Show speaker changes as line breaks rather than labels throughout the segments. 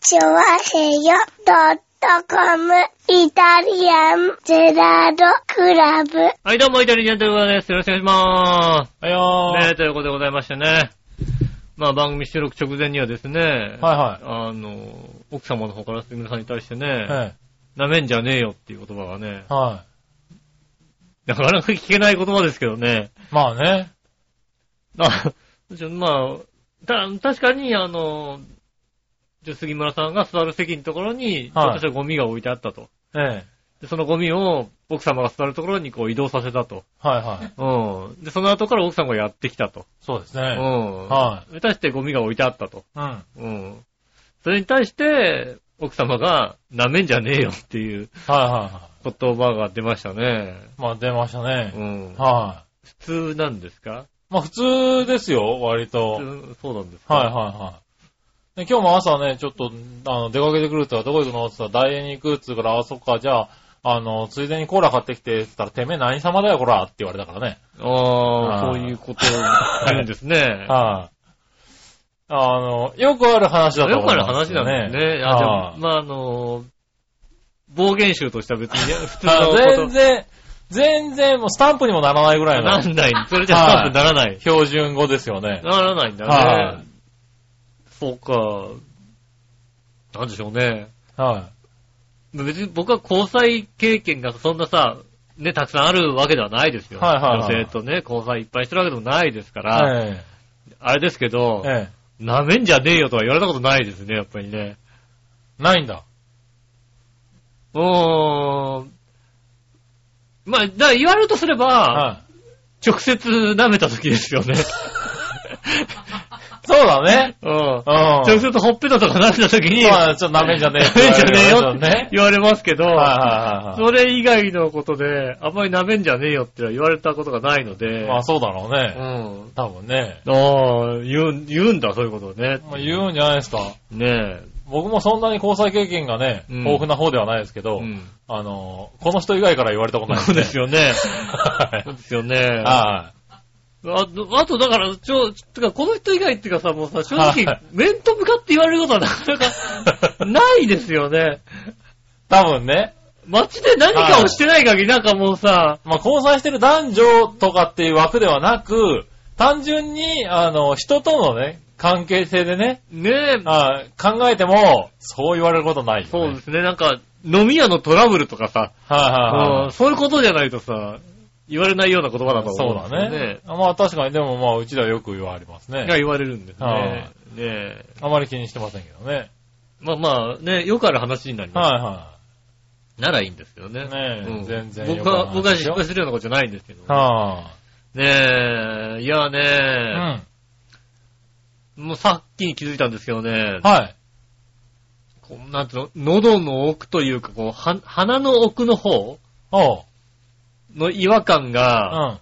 チョワヘヨドットコムイタリアンゼラードクラブ。
はい、どうも、イタリアンということです。よろしくお願いしま
はいよ
ーす。ね
ー。
え、ということでございましてね。まあ、番組収録直前にはですね、
はいはい。
あの、奥様の方から皆さんに対してね、
え
なめんじゃねえよっていう言葉がね、
えは
なかなか聞けない言葉ですけどね。
い。まあね。
あ、ちょまあ、た、確かに、あの、じゃ杉村さんが座る席のところに、ちょ
はい
っとしたゴミが置いてあったと。
ええ
でそのゴミを奥様が座るところにこう移動させたと。
はいはい。
うん。で、その後から奥様がやってきたと。
そうです
う
ね。
ん。
は
それに対してゴミが置いてあったと。
うん。
うん。それに対して、奥様が、舐めんじゃねえよっていう
はいはいは
言葉が出ましたね。
い。まあ出ました
う
ね。
ん。
は
普通なんですか
い。まあ普通ですよ、割と。はい
普通そうなんですか
はいはい。で今日も朝ね、ちょっと、あの、出かけてくるって言ったらどこ行くのって言ったら、大英に行くって言うから、あ、そっか、じゃあ、あの、ついでにコーラ買ってきて、って言ったら、てめえ何様だよ、こらって言われたからね。
ああ、
あー
そういうことを言うんですね。
はい。あの、よくある話だと
よ
思
くあ
い
る
ます
話
けど
なんですね。あ、で
は
も
い、
まあ、あの、暴言集としては別にね、普通の
あ全
こ
然、全然もうスタンプにもならないぐら
と。
いの
なんない。それじゃスタンプにならない。
標準語ですよね。
ならないんだ
は
ね。そうか。なんでしょうね。
は
別に僕は交際経験がそんなさ、ね、たくさんあるわけではないですよ。
はいはいはい
女性とね、交際いっぱいしてるわけでもないですか
い。
ら、
え
あれですけ
え
ど、
え
なめんじゃねえよとは言われたことないですね、やっぱりね。
えないんだ。
うーん。まあ、だから言われるとすれば、
はい。
直接舐めた時です よね。
そう だね。
うん。
うん。
直接ほっぺたとか舐めた時に、
まあちょっと舐めんじゃねえ
舐めんじゃねえよって
ね。
言われますけど、
はいはいはいは
それ以外のことで、あんまり舐めんじゃねえよって言われたことがないので、
い。まあそうだろう
う
ね。
ん。
多分ね。
ああ、言う、言うんだ、そういうことをね。
まあ言うんじゃないですか。
ねえ。
僕もそんなに交際経験がね、
うん
豊富な方ではないですけど、
うん
あの、この人以外から言われたことない
そうです
よ。
よね。
はい
そうですよね。あ
は
と、あとだから、ちょ、てか、この人以外っていうかさ、もうさ、正
は
直
い、
面と向かって言われることはなかなかないですよね。
い。多分ね。
街で何かをしてない限り、なんかもうさ、
まあ、交際してる男女とかっていう枠ではなく、単純に、あの、人とのね、関係性でね、
ねえ、
あ考えても、そう言われることないよ、ね。
そうですね、なんか、飲み屋のトラブルとかさ、
はいはいは
うん
い。
そういうことじゃないとさ、言われないような言葉だと
そ
思
う
で
ん
すよ
だね。まあ確かに、でもまあうちではよく言われます
が
ね。
言われるんですね
は。
ねえ。
あまり気にしてませんけどね。
まあまあ、ね、よくある話になります。
は
ならいいんですよね。
ねえ
うん
全然よ
僕
くある
は、
話
僕は
です
失
よ
敗するようなことじゃないんですけど。
いはい。は
ねえ、いや
あ。
ねえ、もうさっきに気づいたんですけどね
うん。、はい。
こうなんていうの、喉の奥というか、こう、は鼻の奥の方
おう。
の違和感
う
が、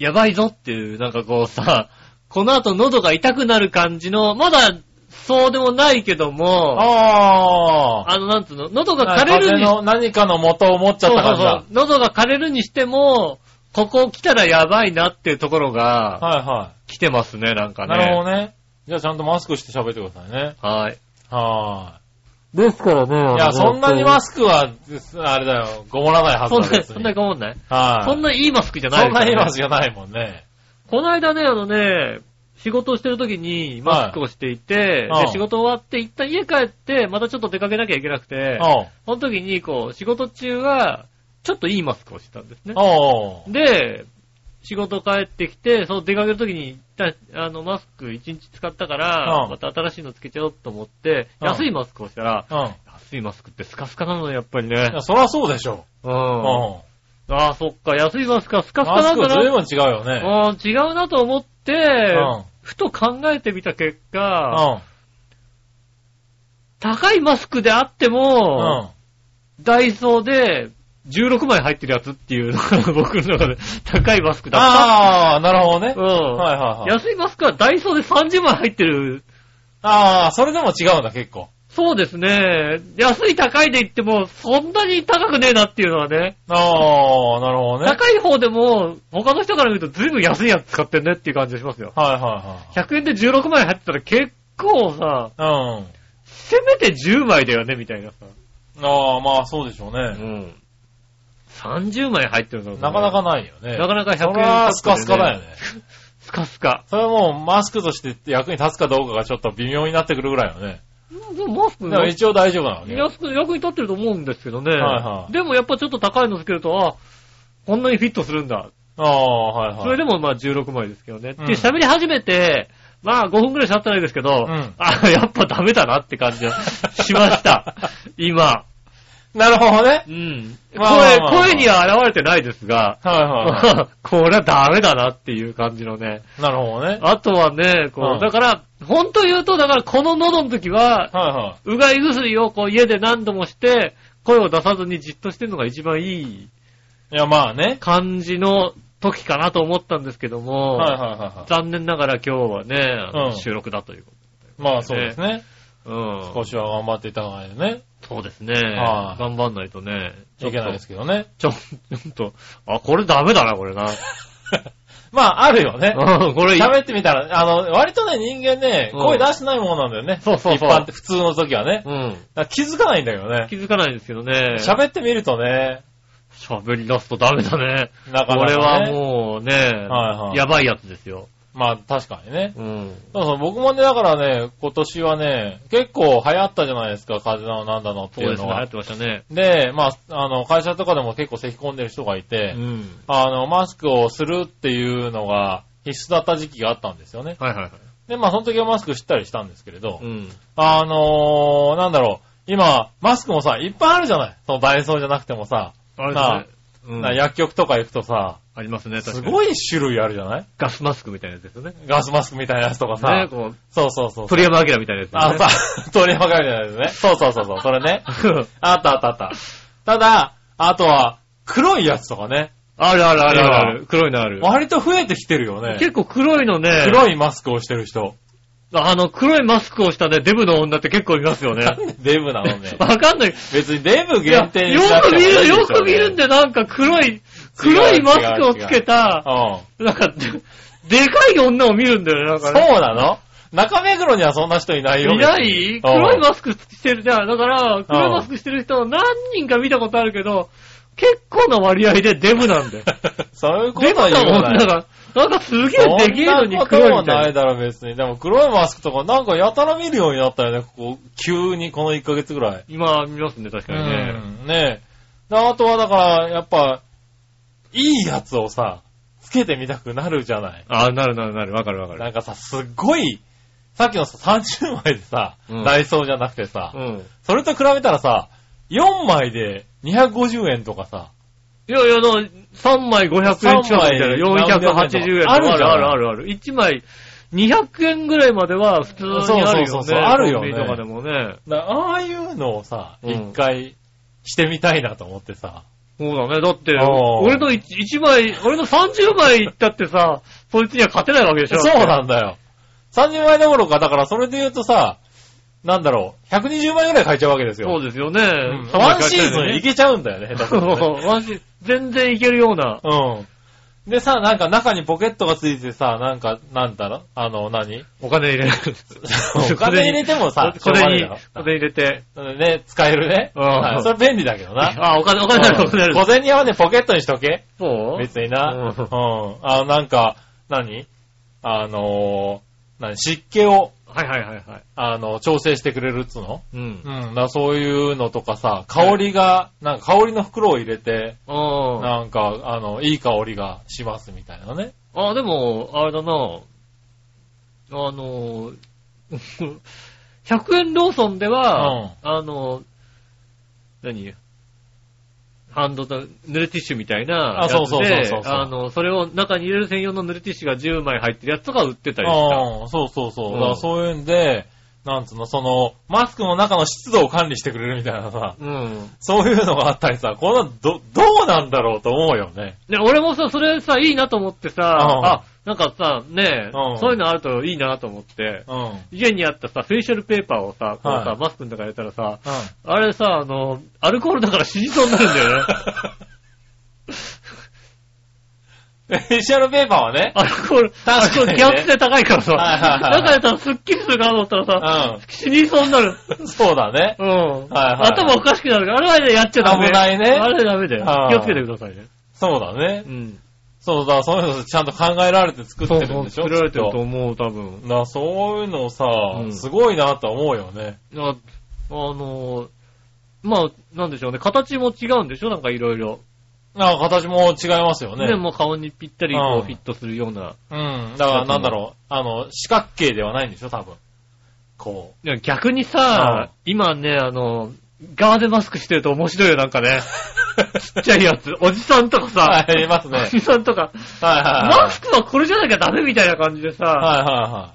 ん。
やばいぞっていう、なんかこうさ、この後喉が痛くなる感じの、まだ、そうでもないけども、
ああ。
あの、なんつうの、喉が
な
枯
んか
れる
風
に
の何かの元を持っちゃった感じだ。
そうそうそう喉が枯れるにしても、ここ来たらやばいなっていうところが、
はいは
来てますね、なんか
い。
ね。
なるほどね。じゃあちゃんとマスクして喋ってくださいね。
はい。
は
ですから
ー
ね
い。いや、そんなにマ
ス
スクは、あれだよ、ごもらないはず
そん
だ
な、
よ。
そんなに思んない。
はい。
そんないいマスクじゃない
そん
ですか
な
らね
にマスクじゃないもんね。
この間ね、あのね、仕事をしてる時にマスクをしていて、
はい
で仕事終わって一旦家帰って、またちょっと出かけなきゃいけなくて、
おう
その時にこう、仕事中は、ちょっといいマスクをしてたんですね。
おう
で、仕事帰ってきて、その出かけるときに、一旦あの、マスク1日使ったから、
うん
また新しいのつけちゃおうと思って、
うん
安いマスクをしたら、
うん。い
安いマスクってスカスカなのね、やっぱりね
や、。そらそうでしょ。
う
うん
ん。ああ、そっか、安いマスクはスカスカ
マ
な
ス
ん
ク
だ
ず
な。
いぶん違うよね。
うん、違うなと思っ
う
て、
ん。
ふと考えてみた結
う
果、
ん。
高いマスクであって
うん
も、。ダイソーで16枚入ってるやつっていうのが 僕の中で高いマスクだっ
ああ、なるほどね
た。う。ん。
はいはいはい。
安いマスクはダイソーで30枚入ってる。
ああ、それでも違うんだ、結構。
そうですね。安い高いで言っても、そんなに高くねえなっていうのはね。
ああ、なるほどね。
高い方でも、他の人から見ると随分安いやつ使ってんねっていう感じがしますよ。
はいは
100円で16枚入ってたら結構さ、
いはい。うん。
せめて10枚だよね、みたいなさ。
ああ、まあそうでしょう
う
ね。
ん。30枚入ってるの
なかなか
な。
ないよね。
なかなか100円
それはスカスカだよね。
スカスカ。
それはもうマスクとして役に立つかどうかがちょっと微妙になってくるぐらいよね。
でもマスク
でも一応大丈夫なわけ。
安く、役に立ってると思うんですけどね。
はいはい
でもやっぱちょっと高いのつけると、あ、こんなにフィットするんだ。
ああ、はいはい。
それでもまあ16枚ですけどね。
うん
って喋り始めて、まあ5分くらいしか経ってないですけど、
ん
あ、やっぱダメだなって感じがしました。今。
なるほどね
う。ん。
まあまあまあまあ
声、声には現れてないですが、
はいはいは
これはダメだなっていう感じのね。
い。 なるほどね。
あとはね、こう、
うん
だから、本当言うと、だからこの喉の時は、
はいは
うがい薬をこう家で何度もして、声を出さずにじっとしてるのが一番いい
い。いや、まあね。
感じの時かなと思ったんですけども、
はいはいはいは
残念ながら今日はね、あの
うん
収録だというこ
い。まあそうですね。
と。うん。
少しは頑張っていただかないとね。
そうですね。
はい
頑張んないとね。ちょ
い
っと
けないですけどね。
ちょ、ちょっと、あ、これダメだな、これな。
まあ、あるよね。
うんこれ、
喋ってみたら、あの、割とね、人間ね、
うん
声出してないものなんだよね。
そうそうそう
一般って普通の時はね。
うん。
だから気づかないんだけどね。
気づかないですけどね。
喋ってみるとね、
喋り出すとダメだね。
なか
こ
なか、ね。
れはもうね、
はい
やばいやつですよ。
まあ、確かにね。
うん。
そうそう、僕もね、だからね、今年はね、結構流行ったじゃないですか、風邪なのなんだのっ
そ
て
う
い
で
う
す
の
ね、流行っ
は。
てましたね。
でまあ、あの、会社とかでも結構咳込んでる人がいて、
うん。
あの、マスクをするっていうのが必須だった時期があったんですよね。
はいはいはい。
で、まあ、その時はマスクしたりしたんですけれど、
うん。
あのー、なんだろう、今、マスクもさ、いっぱいあるじゃないそのダイソーじゃなくてもさ、
あれ
なあ
ですね。うん
な薬局とか行くとさ、
ありますね、確か
す
に。
ごい種類あるじゃない
ガスマスクみたいなやつですよね。
ガスマスクみたいなやつとかさ、
ね、こ、
そうそうそううそう。
鳥山明みたいなやつ、ね。
あ、さ、鳥山かみたいなやつね。そうそうそうそう、それね。あったあったあった。ただ、あとは、黒いやつとかね。
あるあるあるあるあ
い
る。黒いのある。
割と増えてきてるよね。
結構黒いのね、
黒いマスクをしてる人。
あの、黒いマスクをしたね、デブの女って結構いますよね。。
デブなのね
わかんない。
別にデブ
いや
限定にしな
よく
くて
見
もいい
る、
でしょうね
よく見るんで、なんか黒い、黒いマスクをつけた、
うん。
なんか、ででかい女を見るんだよね、なん
そう
かね。
なの中目黒にはそんな人いないよ。
いない黒いマスクしてるじゃん。だから、黒いマスクしてる人を何人か見たことあるけど、結構な割合でデブなんだよ。
ク。そういうこと
デブ
は
な
言わない。
女が、なんかすげえでけえの
そん
に
なこと
黒い
も
みたい
な。
ない
だろ別に。でも黒いマスクとかなんかやたら見るようになったよね、ここ。急にこの1ヶ月ぐらい。
今見ますね、確かにね。
うんねえ。であとはだから、やっぱ、いいやつをさ、つけてみたくなるじゃない。
ああ、なるなるなる、わかるわか
な
る。
んかさ、すっごい、さっきのさ、30枚でさ、
うん
ダイソーじゃなくてさ、
うん。
それと比べたらさ、4枚で250円とかさ、
いやいや、だから3枚500円近くみたいな、
三枚
480円とか
あるじゃん
あるあるあるある。1枚200円ぐらいまでは普通にあるよね。
そうそうそうそうあるよね
コンビニとかでもね。
だああいうのをさ、
うん
一回してみたいなと思ってさ。
そうだね。だって、
あー
俺の 1, 枚、俺の30枚いったってさ、そいつには勝てないわけでしょ。
そうなんだよ。30枚どころか、だからそれで言うとさ、なんだろう、120枚ぐらい買えちゃうわけですよ。
そうですよね。
うん
三枚
ワン
買え
シ
ちゃ
ー
う
ズ
よ
ン
ね
いけちゃうんだよね、下手す るとね
そうワンシーズン全然いけるような。
うん。でさ、なんか中にポケットがついてさ、なんか、なんだろあの、何
お金入れる。
お金入れてもさ、
小
しょうが
銭
ない
に、
だろ
小銭入れて。
ね、使えるね。
うん
はいそれ便利だけどな。
あ、お金、お金になる、お金 にな
小
る。
銭屋はね、ポケットにしとけ。
そう
別にな。
う
うんん。あなんか、何あのー、何湿気を、
はいはいはいはい。
あの、調整してくれるっつうの
うん
う。ん。だからそういうのとかさ、香りが、なんか香りの袋を入れて、
ああ。
なんか、あの、いい香りがしますみたいなね。
あ、でも、あれだな。あの、100円ローソンでは、あの、何ハンドと、濡れティッシュみたいなや
あ
つで、
そうそうそうそうそう
あの、それを中に入れる専用の濡れティッシュが10枚入ってるやつとか売ってたりした。
ああ、そうそうそ
う
う。
ん
だからそういうんで、なんつうの、その、マスクの中の湿度を管理してくれるみたいなさ、
うん。
そういうのがあったりさ、こんな、ど、どうなんだろうと思うよね。
で、俺もさ、それさ、いいなと思ってさ、
ん
あ、なんかさ、ねえ
うん
そういうのあるといいなと思って、
うん。 うん。
家にあったさ、フェイシャルペーパーをさ、こうさ、
はい
マスクの中に入れたらさ、あれさ、あの、アルコールだから死にそうになるんだよね。
エシャルペーパーはね。
アルコール、アル
確
コー
か
ル
にね
揮発性高いからさ。
はいはいはい
だからさ、すっきりするかと思ったらさ、
う
死に そうになる。
ん。そうだね。
うん。
はいはい
頭おかしくなるから、あれはね、やっちゃダメ。
危ないね
あれはダメだよ。
はい
気をつけてくださいね。
そうだね
う。ん。
そうだ、そういうのちゃんと考えられて作ってるんでしょ
作られてる
き
と
っ
思う、多分。
な、そういうのさ、
うん
すごいなとは思うよね。
ああのー、まあ、なんでしょうね。形も違うんでしょなんかいろいろ。
なんか形も違いますよね。
ね、もう顔にぴったり
う
こ
ん
うフィットするような。
うん。だからなんだろう。あの、四角形ではないんでしょ多分。こ
いや逆にさ、今ね、あの、ガーゼマスクしてると面白いよ、なんか ね。 ちっちゃいやつ。おじさんとか
う。は
さ、
い、いますね。
おじさんとか、
はいはいは
マ
い
ス。クはこれじゃなきゃダメみたいな感じでさ、
はいはいは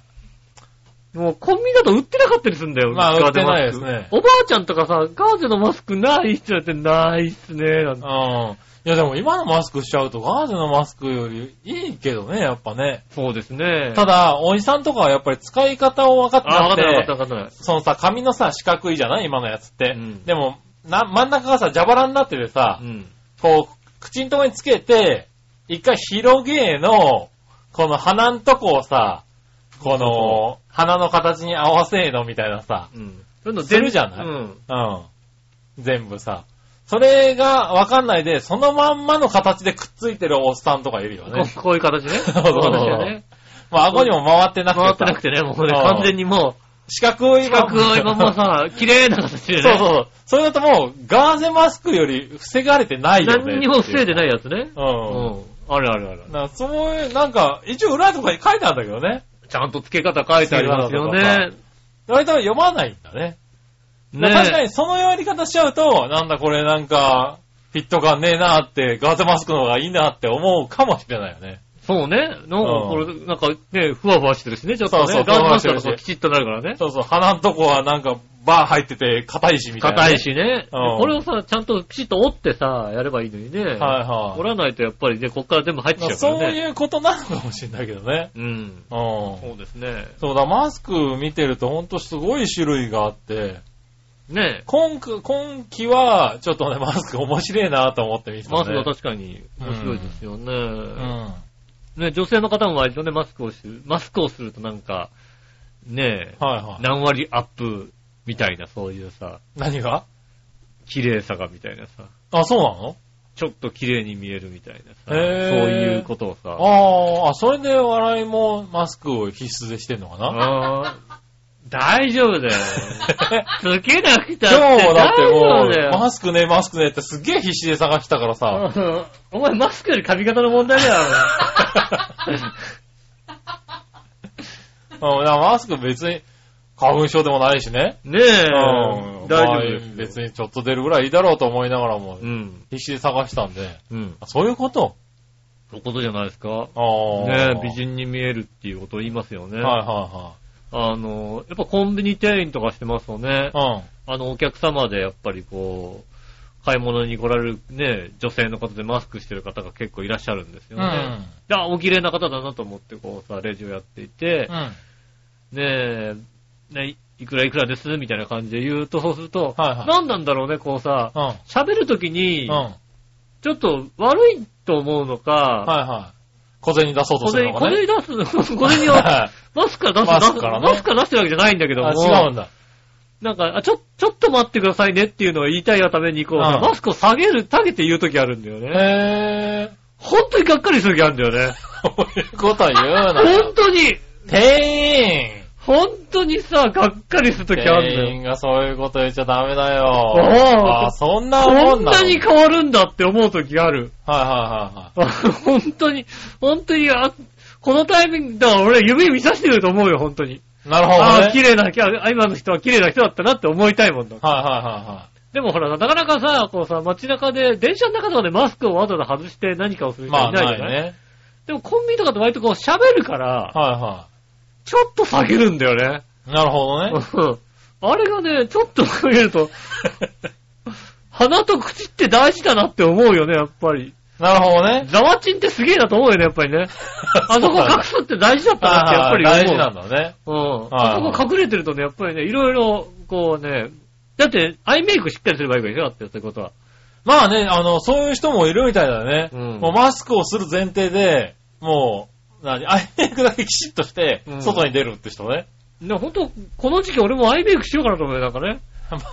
もうコンビニだと売ってなかったりするんだよ。
まあ
ガーゼマスク
売ってないですね
おばあちゃんとかさ、ガーゼのマスクないって言われてないっすね、なんて。
い。うん。いやでも今のマスクしちゃうとガーゼのマスクよりいいけどね、やっぱね。
そうですね。
ただ、おじさんとかはやっぱり使い方を分かって
あ、わかんない
な
わ
く
かん
て、
ないわかんない。
そのさ、紙のさ、四角いじゃない今のやつって。
うん
でも、な、真ん中がさ、蛇腹になっててさ、
うん。
こう、口のとこにつけて、一回広げーの、この鼻のとこをさ、
そう
この
そ、
鼻の形に合わせーのみたいなさ、
うん。そういうの
するじゃない
うん。
うん。全部さ。それがわかんないで、そのまんまの形でくっついてるおっさんとかいるよ
こ
ね。
うこういう形ね。
う そう
こい形だね。
まあ、顎にも回ってなくて
回
さ
ってなくてね、もうね、
うん
完全にも
四角
う、
い
四角いまんまさ、綺麗な形で
そ
ね。
うそうそう。それだともう、ガーゼマスクより防がれてないよね。。
何にも防いでないいやつね。
う。
うんん。あるあるある。
なそういう、なんか、一応裏とかに書いてあるんだけどね。
ちゃんと付け方書いてありますよね。
割と読まないんだね。
ね
確かにそのやり方しちゃうと、なんだこれなんか、フィット感ねえなって、ガーゼマスクの方がいいなって思うかもしれないよね。
そうね。なんかこれ、なんかね、ふわふわしてるしね、ちょっとね。
そうそう
ガードマスクだ
ふわ
と
ふわしてる
き
し
ちっとなるからね。
そうそう、鼻のとこはなんか、バー入ってて硬いしみたいな、
硬い。しね。
うん
これをさ、ちゃんとピシッと折ってさ、やればいいのにね。
はいはい。
折らないとやっぱりね、こっから全部入って
まあ
きちゃう
そ
か
う
らね。
いうことなのかもしれないけどね。
うん。
うん。
そうですね。
そうだ、マスク見てるとほんとすごい種類があって、
ね
今期、今期は、ちょっとね、マスク面白いなと思って見てた、ね。
マスクは確かに面白いですよね。
うん。
ね、女性の方も割とね、マスクをする、マスクをするとなんか、ね
はいはい。
何割アップみたいな、そういうさ、
何が
綺麗さがみたいなさ、
あ、そうなの
ちょっと綺麗に見えるみたいなさ、そう
へ
い
ー
うことをさ、
あーあ、それで笑いもマスクを必須でしてんのかな
あー大丈 夫だよ。つけなくた
今
って
日もだっても
大丈夫だよ
う、マスクね、マスクねってすっげえ必死で探したからさ、
うんお前マスクより髪型の問題だよ。
うん、マスク別に花粉症でもないしね。
ねえ、
うん
大丈夫です
まあ
よ。
別にちょっと出るぐらいいいだろうと思いながらも
う、ん。
必死で探したんで、
うん。
あそういうこと
そういうことじゃないですか。
ああ。
ねえ、美人に見えるっていうことを言いますよね。
はいは
あの、やっぱコンビニ店員とかしてますとね
い、はい。
あの、お客様でやっぱりこう、買い物に来られるね、女性の方でマスクしてる方が結構いらっしゃるんです
う
よ
ん。う
ね。
ん。
であ、お綺麗な方だなと思ってこうさ、レジをやっていて
う、ん。
ねえ、ねいいくらいくらですみたいな感じで言うと、そうすると、
はいはい
何なんだろうね、こうさ、
うん。
喋るときに
うん。、はい
ちょっと悪いと思うのか、
はい。小銭出そうと
小
する
銭、
の
小
かね。
銭出す、小銭を、マスクから出す、
マスクからね
マスクから出してるわけじゃないんだけども、
あ違うんだ。
なんか、あ、ちょ、ちょっと待ってくださいねっていうのを言いたいがために、こう、
うん
マスクを下げる、下げて言うときあるんだよね。
へえ。
本当にがっかりするときあるんだよね。
こういうこと言うな。
本当に、
店員
本当にさ、がっかりするときあるんだ
店
よ。
員がそういうこと言っちゃダメだよ。
おー
あーそんなも
こ
ん
ん
な
な
の
に変わるんだって思うときがある。
はいはいはいはい。
本当に、本当に、あ、このタイミング、だから俺夢見させてると思うよ、本当に。
なるほどね。
ああ、綺麗な、あ今の人は綺麗な人だったなって思いたいもんだ。
はいはいはいは
でもほら、なかなかさ、こうさ、街中で、電車の中とかでマスクをわざわざ外して何かをする
い。
人
ま
いな
あ
いじゃ
な
ないい、
ね。
でもコンビニとかって割とこう喋るから、
はいは
ちょっと下げるんだよね。
い。なるほどね。
うんあれがね、ちょっと下げると、 鼻と口って大事だなって思うよね、やっぱり。
なるほどね。
ザワチンってすげえなと思うよね、やっぱり ね。あそこ隠すって大事だったなってやっぱり思う。
大事なんだね。
うん。
はい
あそこ隠れてるとね、やっぱりね、いろいろ、こうね、だって、アイメイクしっかりすればいいわけでしょだって、そういうことは。
まあね、あの、そういう人もいるみたいだね。
うん
もうマスクをする前提で、もう、何、アイメイクだけきちっとして
う、ん
外に出るって人ね。
ね、ほんと、この時期俺もアイメイクしようかなと思うよ、なんかね。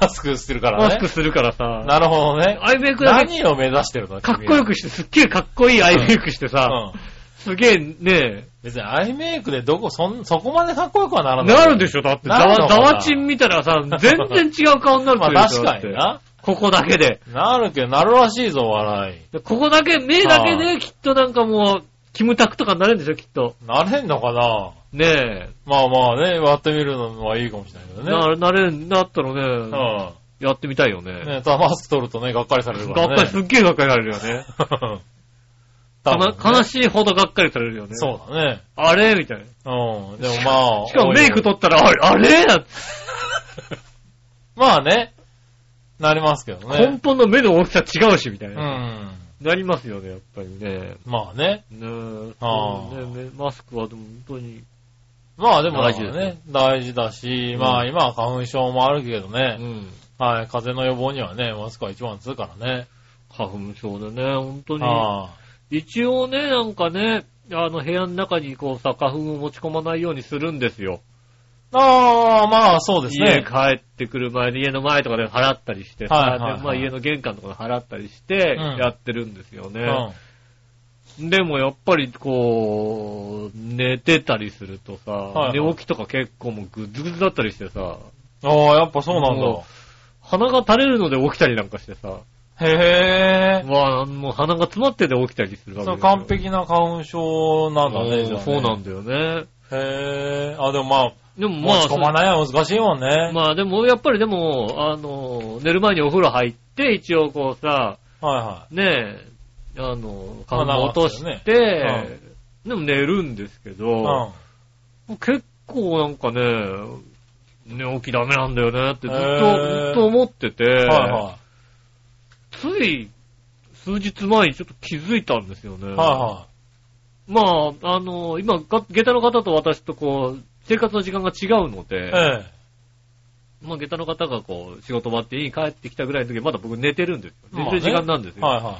マスクしてるからね。
マスクするからさ。
なるほどね。
アイメイクだけ
何を目指してるの
かっこよ
く。
くして、すっげえかっこいいアイメイクして
う
さ、
ん。
すげえね、
別にアイメイクでどこ、そん、そこまでかっこよくはならない。
なるでしょ、だって。ざ
なるの
わ、
か
ざ
な
わちん見たらさ、全然違う顔になると
ま
いうか
あ確かに。
だっ
な。
てここだけで。
なるけど、なるらしいぞ、笑い。
でここだけ、目だけで、きっとなんかもう、キムタクとかになれるんでしょ、きっと。
なれんのかな
ね
まあまあね、割ってみるのはいいかもしれないけど
え。
ね。
な、なれる、なったらね、
う
やってみたいよ
ん。
ね。
ね、ただマスク取るとね、がっかりされるか
が
ら
っ
ね。
かり、すっげえがっかりされるよ ね。
多分ね
かな悲しいほどがっかりされるよね。
そうだね。
あれみたいな。
うん。でもまあ。
しかもメイク取ったら、あれあれだって
まあね。なりますけど
根
ね。
本の目の大きさ違うし、みたいうな。
ん。
なりますよね、やっぱりね。
まあね。
ねえ。
あー
そうねマスクはでも本当に。
まあでもだか
大事で
ら
す
ね、大事だし、まあ今は花粉症もあるけど
う
ね、
ん。
はい、風邪の予防にはね、マスクは一番つうからね。
花粉症でね、本当に。
あ
一応ね、なんかね、あの部屋の中にこうさ、花粉を持ち込まないようにするんですよ。
あああ、まあそうです
家
ね。
帰ってくる前で、家の前とかで払ったりしてさ、
はいはいはい
でまあ家の玄関とかで払ったりして
うん、
やってるんですよ
う
ね
ん。。
でもやっぱりこう、寝てたりするとさ、
いはい
寝起きとか結構もうぐずぐずだったりしてさ、
ああ、やっぱそうなんだ
も。鼻が垂れるので起きたりなんかしてさ、
へえ。
まあ、もう鼻が詰まってで起きたりするわけ
そ
で
う
すよ
完璧な花粉症なんだ
う
ね、じゃあ
ん
ね
そうなんだよね。
へえ。あ、でもまあ、
でもま
持
あ
ち込、まないは難しいもんね。
まあでも、やっぱりでも、あの、寝る前にお風呂入って、一応こうさ、
はいは
ねえ、あの、
まあ
体を落として、
流す
でも寝るんですけ
い。
ど、
う
結構なんかね、寝起きダメなんだよねってずっ
へ
と、
ー
ずっと思ってて、
ん。はいは
つい数日前にちょっと気づいたんですよね。
い。は
まあ、あの、今、が下駄の方と私とこう、生活の時間が違うので
い、はい。ええ。
まあ、下駄の方がこう、仕事終わって家に帰ってきたぐらいの時はまだ僕寝てるんですよ。
ま
全
あ
然
ね
時間なんですよ。
はいは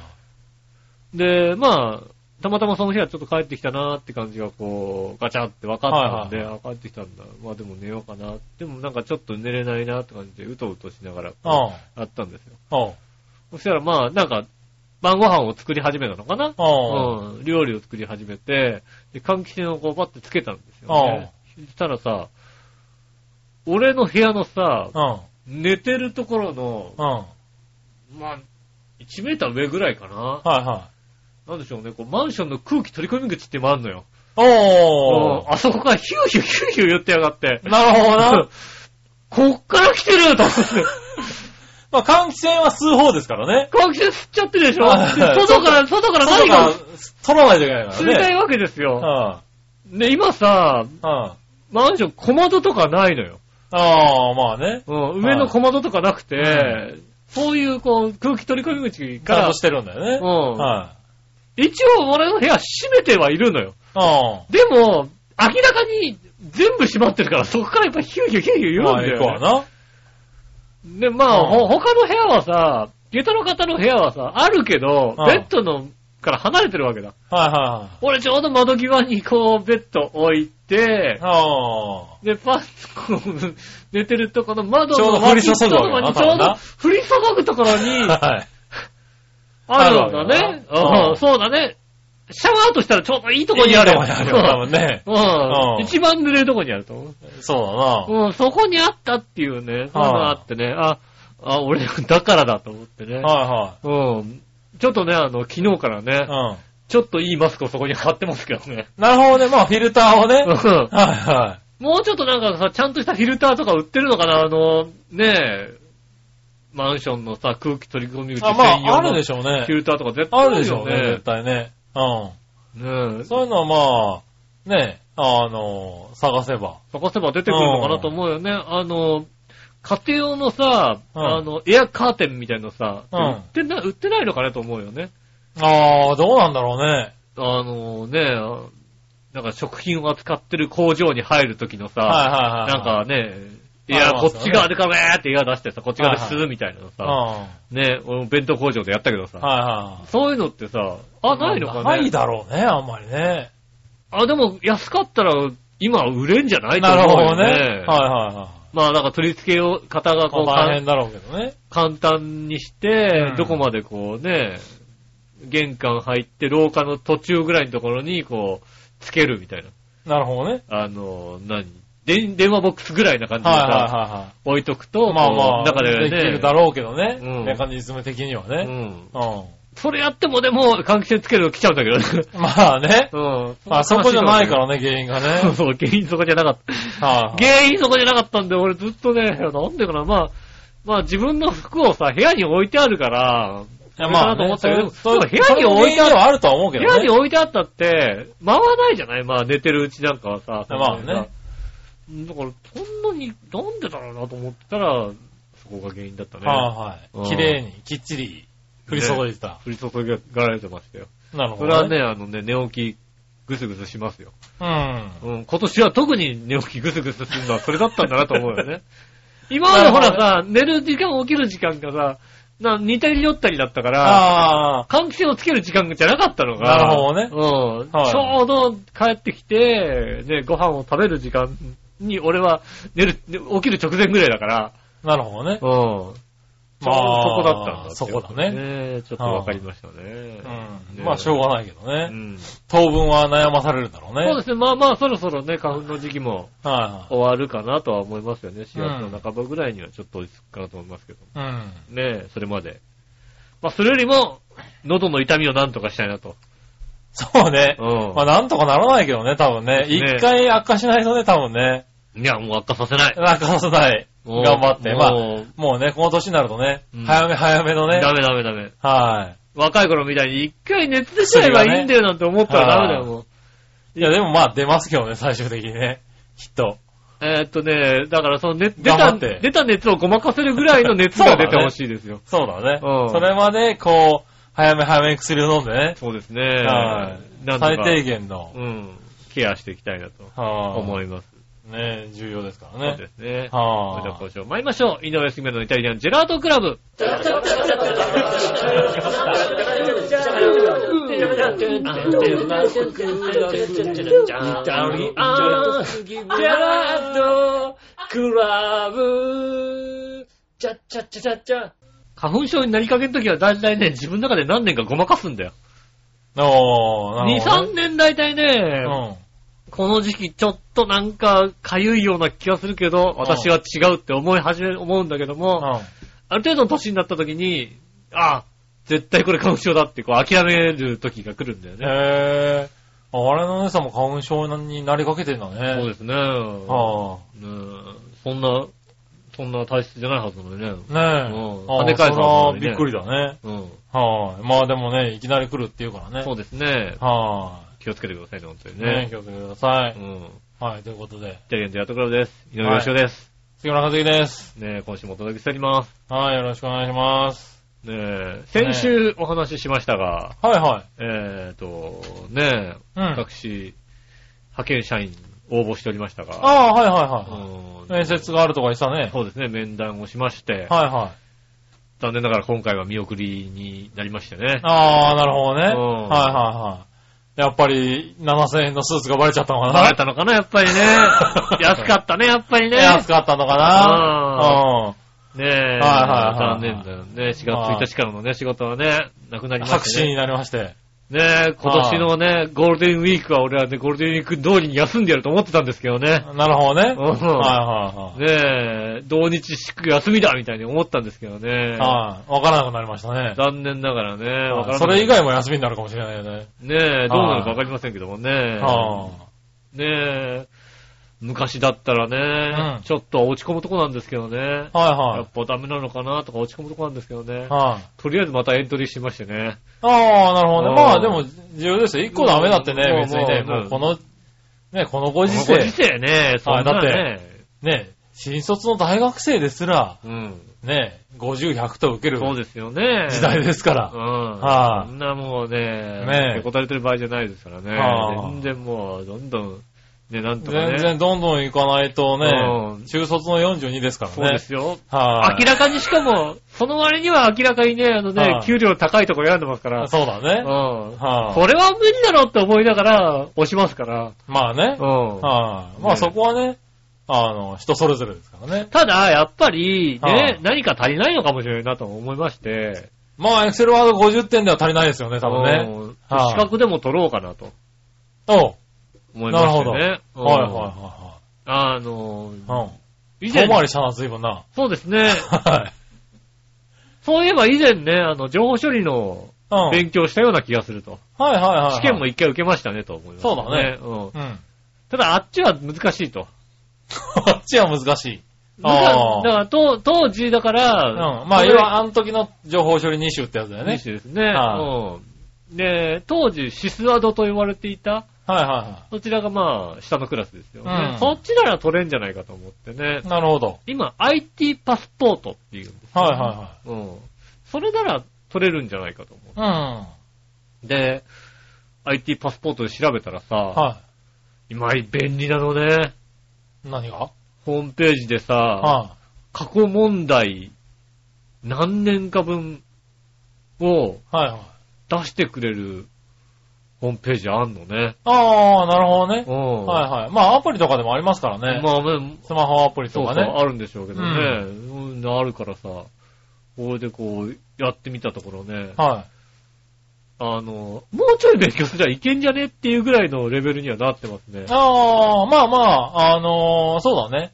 で、まあ、たまたまその日はちょっと帰ってきたなーって感じがこう、ガチャンって分かったんで、
はい
あ帰ってきたんだ。まあでも寝ようかな。でもなんかちょっと寝れないなって感じで、うとうとしながら、あ
い。
ったんですよ。
うん。うん。
そしたらまあ、なんか、晩ご飯を作り始めたのかな
うん。
うん、料理を作り始めて、で、換気扇をこうパッてつけたんですよね。そしたらさ、俺の部屋のさ、
うん。
寝てるところの、
うん。はい
まあ、1メーター上ぐらいかな。
はい。
なんでしょうね、こうマンションの空気取り込み口っていうのもあるのよ。
お
うんあそこからヒューヒューヒューヒュー言ってやがって。
ー。なるほどな。
こっから来てると思って。
まあ、換気扇は吸う方ですからね。
換気扇吸っちゃってるでしょ
はいはい
で外から、外から
外
何
から
が
取らないといけないからね。
冷たいわけですよ。
うん。
で、今さ、
うん。
マンション小窓とかないのよ。
ああ、まあね。
うん、上の小窓とかなくて、
は
そういうこう空気取り込み口
ち
か
ゃん
ら
と、してるんだよね。
うん
はい。
一応俺の部屋閉めてはいるのよ。
うん。
でも、明らかに全部閉まってるから、そこからやっぱヒューヒューヒューヒュー言うん
まあ、
だ
行
よ、
くわな。
で、まあ、
うん
ほ他の部屋はさ、下駄の方の部屋はさ、あるけど、
うん
ベッドのから離れてるわけだ。
はいは
俺ちょうど窓際にこう、ベッド置い
い
て、
はい。ああ。
で、パッとこう、寝てるとこの窓
ちょう
の
ど降り注ぐわけだな
脇とかにちょう
多分
ど
な
降り注ぐところに、
はい。
あるんだね。
あるわけだな
う
うん
ん、そうだね。シャワーとしたらちょうどいいとこに
いい
ある。
とこにあるよ、多分ね。
うん
う
うんん。一番濡れるとこにあると思う。
そうだな。
うん、そこにあったっていうね、そういうのがあってね、あ、あ、俺、だからだと思ってね。
は
うん。ちょっとね、あの、昨日から
い
ね、
はい。
ちょっといいマスクをそこに貼ってますけどね。
うん。なるほどね。まあ、フィルターをね。
う
はい
ん
は
もうちょっとなんかさ、ちゃんとしたフィルターとか売ってるのかなあの、ねえ、マンションのさ、空気取り込み
い。
口
あ、ま
専
あ、
用
ある
の
で
フ
しょうね
ィ。ルターとか絶対
あ
あ
るで
る
しょ
よ
うね、
ね
絶。対ね。う
ねえ
ん。、そういうのはまあ、ね、あの、探せば。
探せば出てくるのかなと思うよね。あの、家庭用のさ、
うん
あの、エアカーテンみたいのさ、
うん
売ってな、売ってないのかなと思うよね。
ああ、どうなんだろうね。
あのね、なんか食品を扱ってる工場に入るときのさ、
はいはいはい。
なん、かね、いや、
あ
こっち側でかめーって矢出してさ、こっち側でするみたいなの
うん。
さ、
は
ね、俺も弁当工場でやったけど
い
さ、
はい。
そういうのってさ、あ、ないのかね。
ないだろうね、あんまりね。
あ、でも安かったら今売れんじゃないと
なる
思う
ほ
よ
どね。
ね。
はいはいはい。
まあなんか取り付けを、方がこう、
まあ大
か
変
ん
だろうけどね。
簡単にして、
うん
どこまでこうね、玄関入って廊下の途中ぐらいのところにこう、つけるみたいな。
なるほどね。
あの、何電電話ボックスぐらいな感じで
はい
さ、
はいは
置いとく
いは
と、
い。まあまあ、
こう中でね、
できるだろうけどね。
うん
メカニズム的には
う
ね。
ん。
うん。
それやってもでも、換気扇つけると来ちゃうんだけどね。
まあね。
うん。
まあそこじゃないからね、原因がね。はい
そうそう、原因そこじゃなかった。
はい。
原因そこじゃなかったんで、俺ずっとね、なんでかな、まあ、まあ自分の服をさ、部屋に置いてあるから、
いやまあ、ね、
それかなと思ったけど
そういう
でも部屋に置いてある
そうう原因はあるとは思う
部
けど
屋
ね
に。置いてあったって、回らないじゃないまあ寝てるうちなんかはさ。
まあね
だから、そんなに、なんでだろうなと思ってたら、そこが原因だったね。
はい
うん
はい。綺麗に、きっちり、降り注いでた。
降り注がられてましたよ。
なる
そ
ほ
れは
ど。
ね、あのね、寝起き、ぐすぐすしますよ。
うん。
うん、今年は特に寝起きぐすぐすするのはそれだったんだなと思 うよね。今までほらさ、寝る時間、起きる時間がさ、な似たり寄ったりだったから、
ああ、
換気扇をつける時間じゃなかったのが、
なるほどね
うん、
はい
ちょうど帰ってきて、ね、ご飯を食べる時間に、俺は寝る、ね起きる直前ぐらいだから、
なるほどね。
うん。そ
まあ
こだったんだって
そこだね
ねちょっとわかりましたね。
う
ね
ん。まあ、しょうがないけど
う
ね。
ん。
当分は悩まされるだろうね。
そうですね。まあまあ、そろそろね、花粉の時期も
は
終わるかなとは思いますよね。4月の半ばぐらいにはちょっと落ち着くかなと思いますけど。
いはい。うん。
ねえ、それまで。まあ、それよりも、喉の痛みをなんとかしたいなと。
そうね。
うん
まあ、なんとかならないけどね、多分
ね
ね。一回悪化しないとね、多分ね。
いや、もう悪化させない。
悪化させない。
もう
頑張って。まあ、
も
もうね、この年になるとね
うん、
早め早めの
う
ね。
ダメダメダメ。
は
若い頃みたいに一回熱出ちゃえばいいんだよなんて思ったらダメだよ、もう。
い。いや、でもまあ、出ますけどね、最終的にね。きっと。
えーっとね、だからその熱、出
頑張
た、
って
出た熱をごまかせるぐらいの熱が出てほしいですよ。
そうだね。
うん
それまで、こう、早め早めに薬を飲んでね。
そうですね。
はい
なんとか
最低限の
う、ん。ケアしていきたいなと
は
思います。
い。ね、重要ですから
そう
ね
で。すね。それでは
は
今週も参りましょう。井上杉村のイタリアンジェラートクラブ。花粉症になりかけの時は大体ね、自分の中で何年かごまかすんだよ。
い。おー、な
2、
るほど
3
ね
年大体ね、
うん。
この時期ちょっとなんか痒いような気がするけど、私は違うって思い始め、思うんだけども、
う
ある程度の年になった時に、ああ、絶対これ花粉症だってこう諦める時が来るんだよ
ん。
ね。
へぇー。あ我の姉さんも花粉症になりかけてんだね。
そう
で
ですね。ね
は
えそんな、そんな体質じゃないはずなのにね。
あ。ねえ。
うん
ああ
跳ね返す
それ
の
は
ね
びっくりだね。
うん。
はい。まあでもね、いきなり来るっていうからね。
そうですね。
は
気をつけてくださいね、本当に
い。ね
ね。
気をつけてくださ
う
い。
ん。
はい、ということで。
じゃあ、現在やっとくらです。井上芳雄です。
杉村和樹です。
ねえ今週もお届けしております。
はい、よろしくお願いします。
ねえ先週お話ししましたが、
はいはい。
えっと、ねえ
うん。
私、派遣社員応募しておりましたが、
ああ、はいはいはいはい。
うん
面接があるとか言ってたね。
そうですね、面談をしまして、
はいはい。
残念ながら今回は見送りになりましてね。
ああ、なるほどね。はい
うん
はいはい。やっぱり、7000円のスーツがバレちゃったのかな。
バレたのかな、やっぱ りね。安かったね、やっぱりね。
安かったのかな。
ねえ、
はいはいは
残
い
念だよね。4月1日からのね、仕事はね、なくなり
うん。
ま
白
した
紙に
ね。
なりまして。
ねえ、今年のね、ゴールデンウィークは俺はね、ゴールデンウィーク通りに休んでやると思ってたんですけどね。
なるほどね。は
う
い
ん
はいはい。
ねえ、同日祝休みだみたいに思ったんですけどね。
はい。わからなくなりましたね。
残念ながらね、わからな
そ
い
れ以外も休みになるかもしれないよね。
ねえ、どうなるかわかりませんけどもね。
は
ねえ、昔だったらね、
うん
ちょっと落ち込むとこなんですけどね。
あはい
や
は
っぱダメなのかなとか落ち込むとこなんですけどね
い。。はい。
とりあえずまたエントリーしましてね。
ああ、なるほど
うん
ね。まあでも、重要ですよ。一個ダメだって
うん
ね、別にね、
まあまあ
もうこの、ね、このご時
ご時
世、
世ね、そんなね。
ね、新卒の大学生ですら、
うん。
ね、50、100と受ける
そうですよね。
時代ですか
う
ら。
ん。
はい
そんなもうね、
ねえ
へこたれてる場合じゃないですからね。
はあ
全然もう、どんどんね、なんとかね。
全然どんどん行かないと
う
ね
ん、
中卒の42ですからね。
そうですよ。
はい。
明らかにしかも、その割には明らかにね、あの
は
ね、
い
給料高いところ選んでますから。
そうだ
う
ね。
ん。
はい
これは無理だろうって思いながら、押しますから。
まあね。
うん。
はい。まあ
ね
そこはね、あの、人それぞれですからね。
ただ、やっぱり、
はい
ね、何か足りないのかもしれないなと思いまして。
まあ、エクセルワード50点では足りないですよね、多分ね。
うん
はい
資格でも取ろうかなと
お
思いましてね。
うはいは
うん
いは
あの、
いはい。うん。
以
遠
前、
回りしたな、随分な。
そうですね。
はい。
そういえば以前ね、あの、情報処理の
うん。はい
勉強したような気がすると。
はいはいはい。
試験も一回受けましたねと思います、
そうだね。
うん。
うん。
ただ、あっちは難しいと。
こっちは難しい。
だから
あ
だ
あ。
からと当時、だから、
うん。まあ、
それ
要は、あの時の情報処理2種ってやつだよね
二。種ですね。
は
うん。で、当時、シスワードと言われていた、
はいは
そちらがまあ、下のクラスですよね。
うん
そっちなら取れんじゃないかと思ってね
い。。なるほど。
今、IT パスポートっていうんですよ
はい
ね
は
うん。それなら取れるんじゃないかと思
いは
う。で、IT パスポートで調べたらさ、
い。うん。は
今、便利なのね。
い。何が
ホームページでさ、
は
過去問題、何年か分を
い。はいはい。
出してくれるホームページあんのね。
ああ、なるほどね
う。ん。
はいはい。まあ、アプリとかでもありますからね。
まあ、ね
スマホアプリ
そ
と
うそ
か
う、
ね。
あるんでしょうけどね。うん、あるからさ、これでこう、やってみたところね、
は
あの、もうちょい勉強すりゃいけんじゃねっていうぐらいのレベルにはなってますね
い。。ああ、まあまあ、あのーそうだね。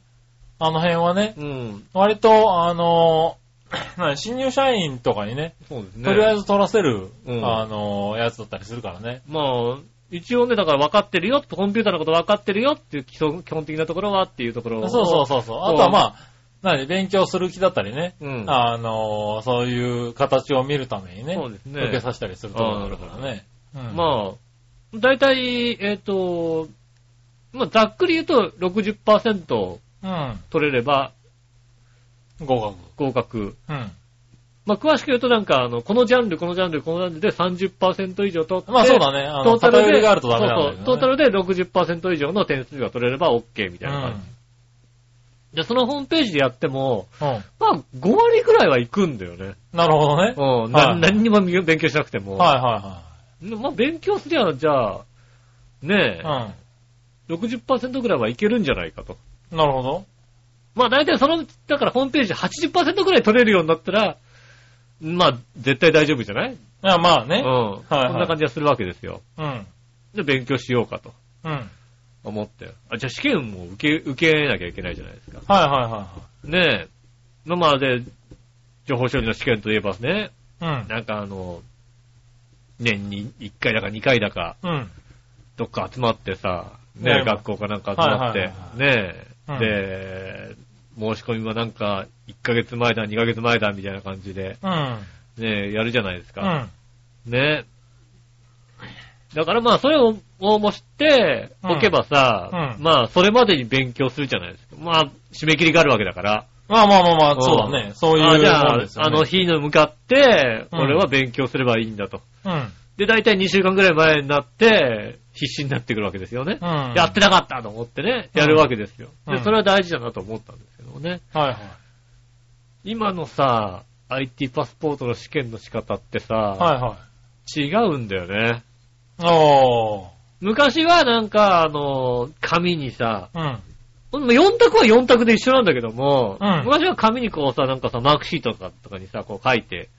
あの辺はね、
うん、
割と、あのー 何新入社員とかにね、
そうですね。
とりあえず取らせる、
うん
あのーやつだったりするからね。
まあ、一応ね、だから分かってるよ、コンピューターのこと分かってるよっていう基礎、基本的なところはっていうところを
そうそうそうそう。あとはまあ、何、勉強する気だったりね。
うん
あのーそういう形を見るためにね、
そうですね
受けさせたりするところがあるからね。うん
まあ、だいたい、えっ、と、まあ、ざっくり言うと60%
あ、
取れれば
うん。合
合格。
格。うん。
まあ、詳しく言うとなんか、あの、このジャンル、このジャンル、このジャンルで30%以上取って、
まあそうだね。あ
ト
の、
ータル
偏
で、
りがあるとダメなんだよね。
そうそう、トータルで60%以上の点数が取れれば OK みたいな
う
感じ。
ん
じゃあそのホームページでやっても、
うん。
まあ、5割くらいはいくんだよね。
なるほどね。
うん、な
はい
何にも勉強しなくても。
はいは
まあ、勉強すりゃ、じゃあ、ね
い
え、
はい。
60%くらいはいけるんじゃないかと。
うん。なるほど。
まあ大体その、だからホームページ80%くらい取れるようになったら、まあ絶対大丈夫じゃない
いや、まあ
うん。
ね。
こ
はい
んな感じがするわけですよ。
うん。
で、勉強しようかと
うん。はい
思って。あ、じゃあ試験も受け、受けなきゃいけないじゃないですか。
は
ねえ。まあまあで、情報処理の試験といえばね、
いはい。
なんかあの、年に1回だか2回だか、
うん。うん。
どっか集まってさ、
や
ね
り
え、
ます
学校かなんか集まっ
はい
て
はいは、
ね
うん
え、で、申し込みはなんか、1ヶ月前だ、2ヶ月前だ、みたいな感じで、
うん。
ねえ、やるじゃないです
う
か。
ん。
ねえ。だからまあ、それを、をもして、
うん
おけばさ、
うん
まあ、それまでに勉強するじゃないですか。まあ、締め切りがあるわけだから。
まあまあまあまあ、そうだ
う
ね
ん。
そういう
あじゃ
もん
あ
です、よね。
あの日に向かって、
うん
俺は勉強すればいいんだと。
うん。
で、大体2週間ぐらい前になって、必死になってくるわけですよね。
うん。
やってなかったと思ってね、やるわけですよ。
うん
で、それは大事だなと思ったんですけどもね。
はいはい。
今のさ、IT パスポートの試験の仕方ってさ、
はいはい。
違うんだよね。
おー。
昔はなんか、あの、紙にさ、
うん。
4択は4択で一緒なんだけども、
うん
昔は紙にこうさ、なんかさ、マークシートとかとかにさ、こう書いて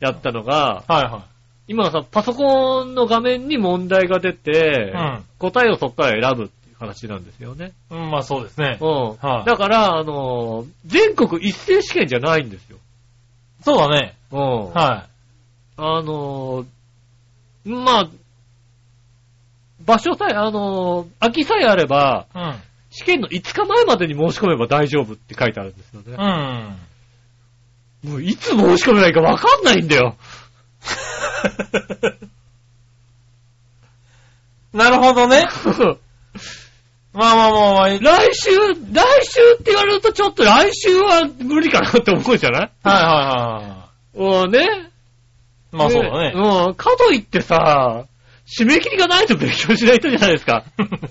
やったのが、
はいは
今はさ、パソコンの画面に問題が出て、
うん
答えをそこから選ぶっていう話なんですよね。
い。うん、まあそうですね。
うん。
はい
だから、あのー全国一斉試験じゃないんですよ。
そうだね。
うん。
は
あのーまあ、場所さえ、あのー空きさえあれば、
い。うん。
試験の5日前までに申し込めば大丈夫って書いてあるんですよ
う
ね。
ん。
もういつ申し込めばいいかわかんないんだ よ。
なるほどね。まあまあまあまあ、はい
来週、来週って言われるとちょっと来週は無理かなって思うじゃない
はいはいは
うんね。
い。まあそうだね。
うん。 かといってさ、締め切りがないと勉強しない人じゃないですか。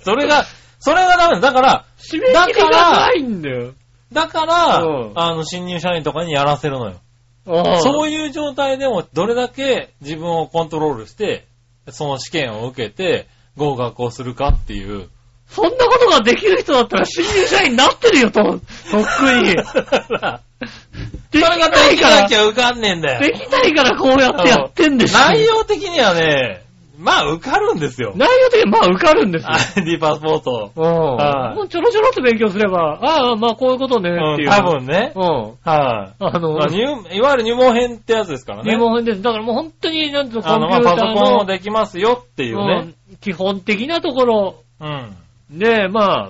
それが、それがダメだ。だから、
締め切りがないんだよ。
だから、
うん
あの、新入社員とかにやらせるのよ。
そ
そう
いう
いう状態でも、どれだけ自分をコントロールして、その試験を受けて、合格をするかっていう。
そんなことができる人だったら新入社員になってるよ、 と。とっくに。
だから、
でき
それが
な
で
い
き
か
な
ら
き、ゃ受かんねえんだ
で
よ。
きないからこうやってやってんでしょ。
内容的にはね、まあ受かるんですよ。
内容的にまあ受かるんですよ。
ID パスポート。
うん。
はい
もうちょろちょろっと勉強すれば、ああ、まあこういうことね
う
って
ん
いう。
多分ね。
うん。
はい。
あの、
まあ入いわゆる入門編ってやつですからね。
入門編です。だからもう本当に、なんとコ
あ
ンピ
の、
ュ
まあ、
ー
パ
タ
ソ
ー
コンも
の、
できますよっていうね。
うん基本的なところ
うん。
で、まあ、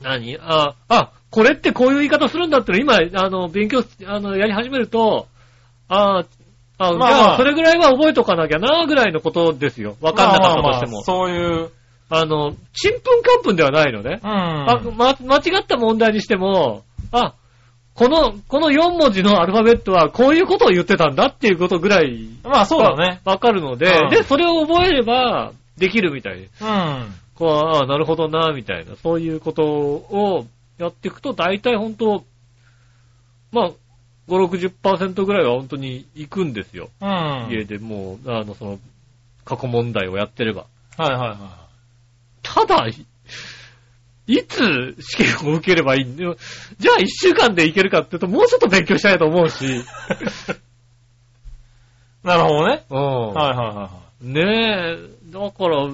何あ、あ、これってこういう言い方するんだっての今、あの、勉強、あの、やり始めると、ああ、
まあ
じ
ま
ゃあ、
あ
それぐらいは覚えとかなきゃな、ぐらいのことですよ。わかんなかったとしても。
まあまあまあそういう、
あの、ちんぷんかんぷんではないのね。
う
あ
ん。
ま、間違った問題にしても、あ、この、この4文字のアルファベットはこういうことを言ってたんだっていうことぐらい、
まあそうだね。
わかるので、
うん
で、それを覚えればできるみたいで。
うん。
こう、ああ、なるほどな、みたいな。そういうことをやっていくと、大体本当、まあ、5、60%ぐらいは本当に行くんですよ。
うん。はい
家でもう、あの、その、過去問題をやってれば。
はいは
ただ、いいつ試験を受ければいいんだよ。じゃあ一週間でいけるかっていうと、もうちょっと勉強したいと思うし。
い。なるほどね。
う
はい
ん。
はいはいはい。
ねえ、だから、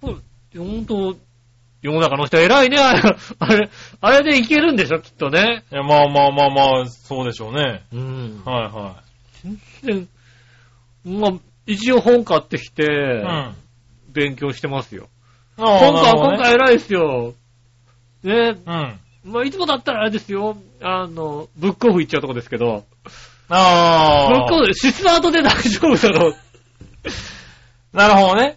ほ本当世の中の人偉いね、あれ、あれ、あれでいけるんでしょ、きっとね。
いや、まあまあまあまあ、そうでしょうね。
うん。
はいは
で、まあ、一応本買ってきて、
い。うん。あ
勉強してますよ。
あ
本
な
買は
るほど
今
ね
回偉いですよ。ねえ、
うん。
まあ、いつもだったらあれですよ、あの、ブックオフ行っちゃうとこですけど、
ああ。
向こう、シスアートで大丈夫だろう。
なるほどね。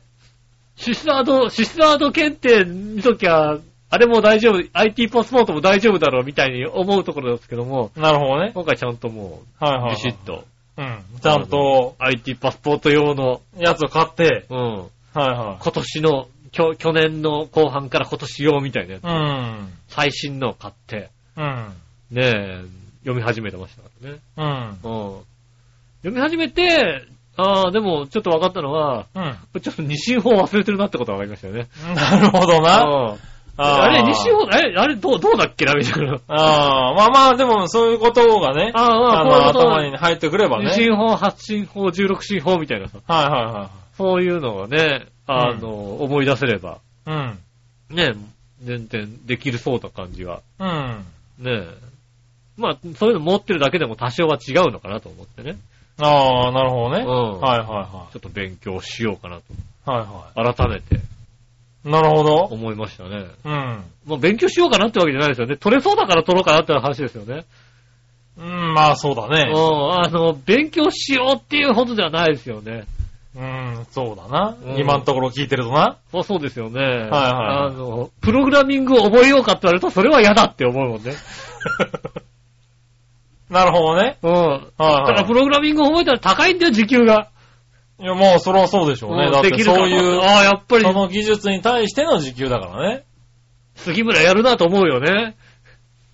シスアート、シスアート検定見ときゃ、あれも大丈夫、IT パスポートも大丈夫だろうみたいに思うところですけども、
なるほどね。
今回ちゃんとも、
はいはいうはい。
ビシッと、
うん。ちゃんと、
IT パスポート用の、
やつを買って。
うん、
はいは
今年の、きょ去年の後半から今年用みたいなやつ、
い。うん。
最新のを買って、
うん。
ねえ、読み始めてましたからね。
うん。
うん。読み始めて、ああ、でもちょっと分かったのは、
うん。
ちょっと二進法忘れてるなってことが分かりましたよね。
なるほどな。
うんあれ、西
を
尾、え、あれ、どう、どうだっけな、みたいな。
ああ、まあまあ、でもそういうことがね、
あ あ、
あ
こういう
の、
こと
頭に入ってくればね。
二進法、八進法、十六進法みたいな さ。
はいは
そういうのがね、あの、思い出せれば、
いはい。
ね、全然できるそうな感じは。
うん。うん。
ねまあ、そういうの持ってるだけでも多少は違うのかなと思ってね。
ああ、なるほど
う
ね。
ん。
はいは
ちょっと勉強しようかな
いはい。はい
と、
は
改めて
い。なるほど。
思いましたね。
うん。
まあ、勉強しようかなってわけじゃないですよね。取れそうだから取ろうかなって話ですよね。
うん、まあそうだ
うん。
ね。
あの、勉強しようっていうほどではないですよね。
うん、そうだな
う。ん
今のところ聞いてるとな。
まあそうですよね。はい
いはい
あの、プログラミングを覚えようかって言われると、それは嫌だって思うもんね。
なるほどね。
うん。だ
は
か
い
ら
は
プログラミングを覚えたら高いんだよ、時給が。
い。いや、もうそれはそうでしょうね。
ん
だっ
で
て
きるか
そういう、
ああ、やっぱり
そ、の技術に対しての時給だからね。
杉村やるなと思うよね。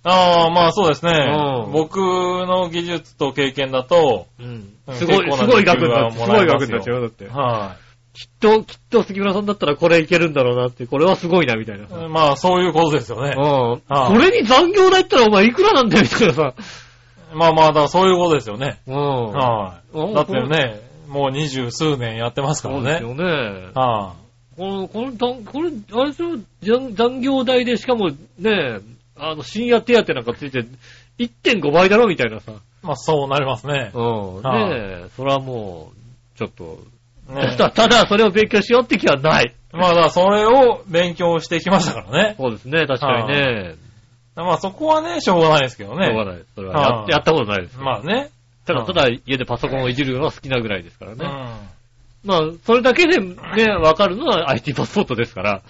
ああ、まあそうですね
う。ん
僕の技術と経験だと、
うん
うん
すご
結
い、
構
す
な
ごい額になっちゃう。
時給はも
す
ら
ご
え
い
ますよ
額になっちゃうよ、だって。
は
きっと、きっと杉村さんだったらこれいけるんだろうなって、これはすごいな、みたいなさ。
い。まあそういうことですよね。
うん。
ああ
これに残業代ったらお前いくらなんだよ、みたいなさ。
まあまあ、だからそういうことですよね。
うん。
はい。
あ
だってね、もう二十数年やってますか
そ
ら
うです
ね。
よね。
は
この、この、残これ、あれですよ、残残業代でしかもね、あの、深夜手当なんかついて、1.5倍だろみたいなさ。
い。まあそうなりますね。
うん。
ああ
ねえ、それはもう、ちょっと、
ね
たただそれを勉強しようって気はない。
まあだからそれを勉強してきましたからね。
そうですね、確かにね。
まあそこはね、しょうがないですけど
しょうが
ね。
ない。それは
あ
や、やったことないです。
まあね。
ただ、
あ
ただ家でパソコンをいじるのは好きなぐらいですから
うん。
ね。まあ、それだけでね、わかるのは IT パスポートですから。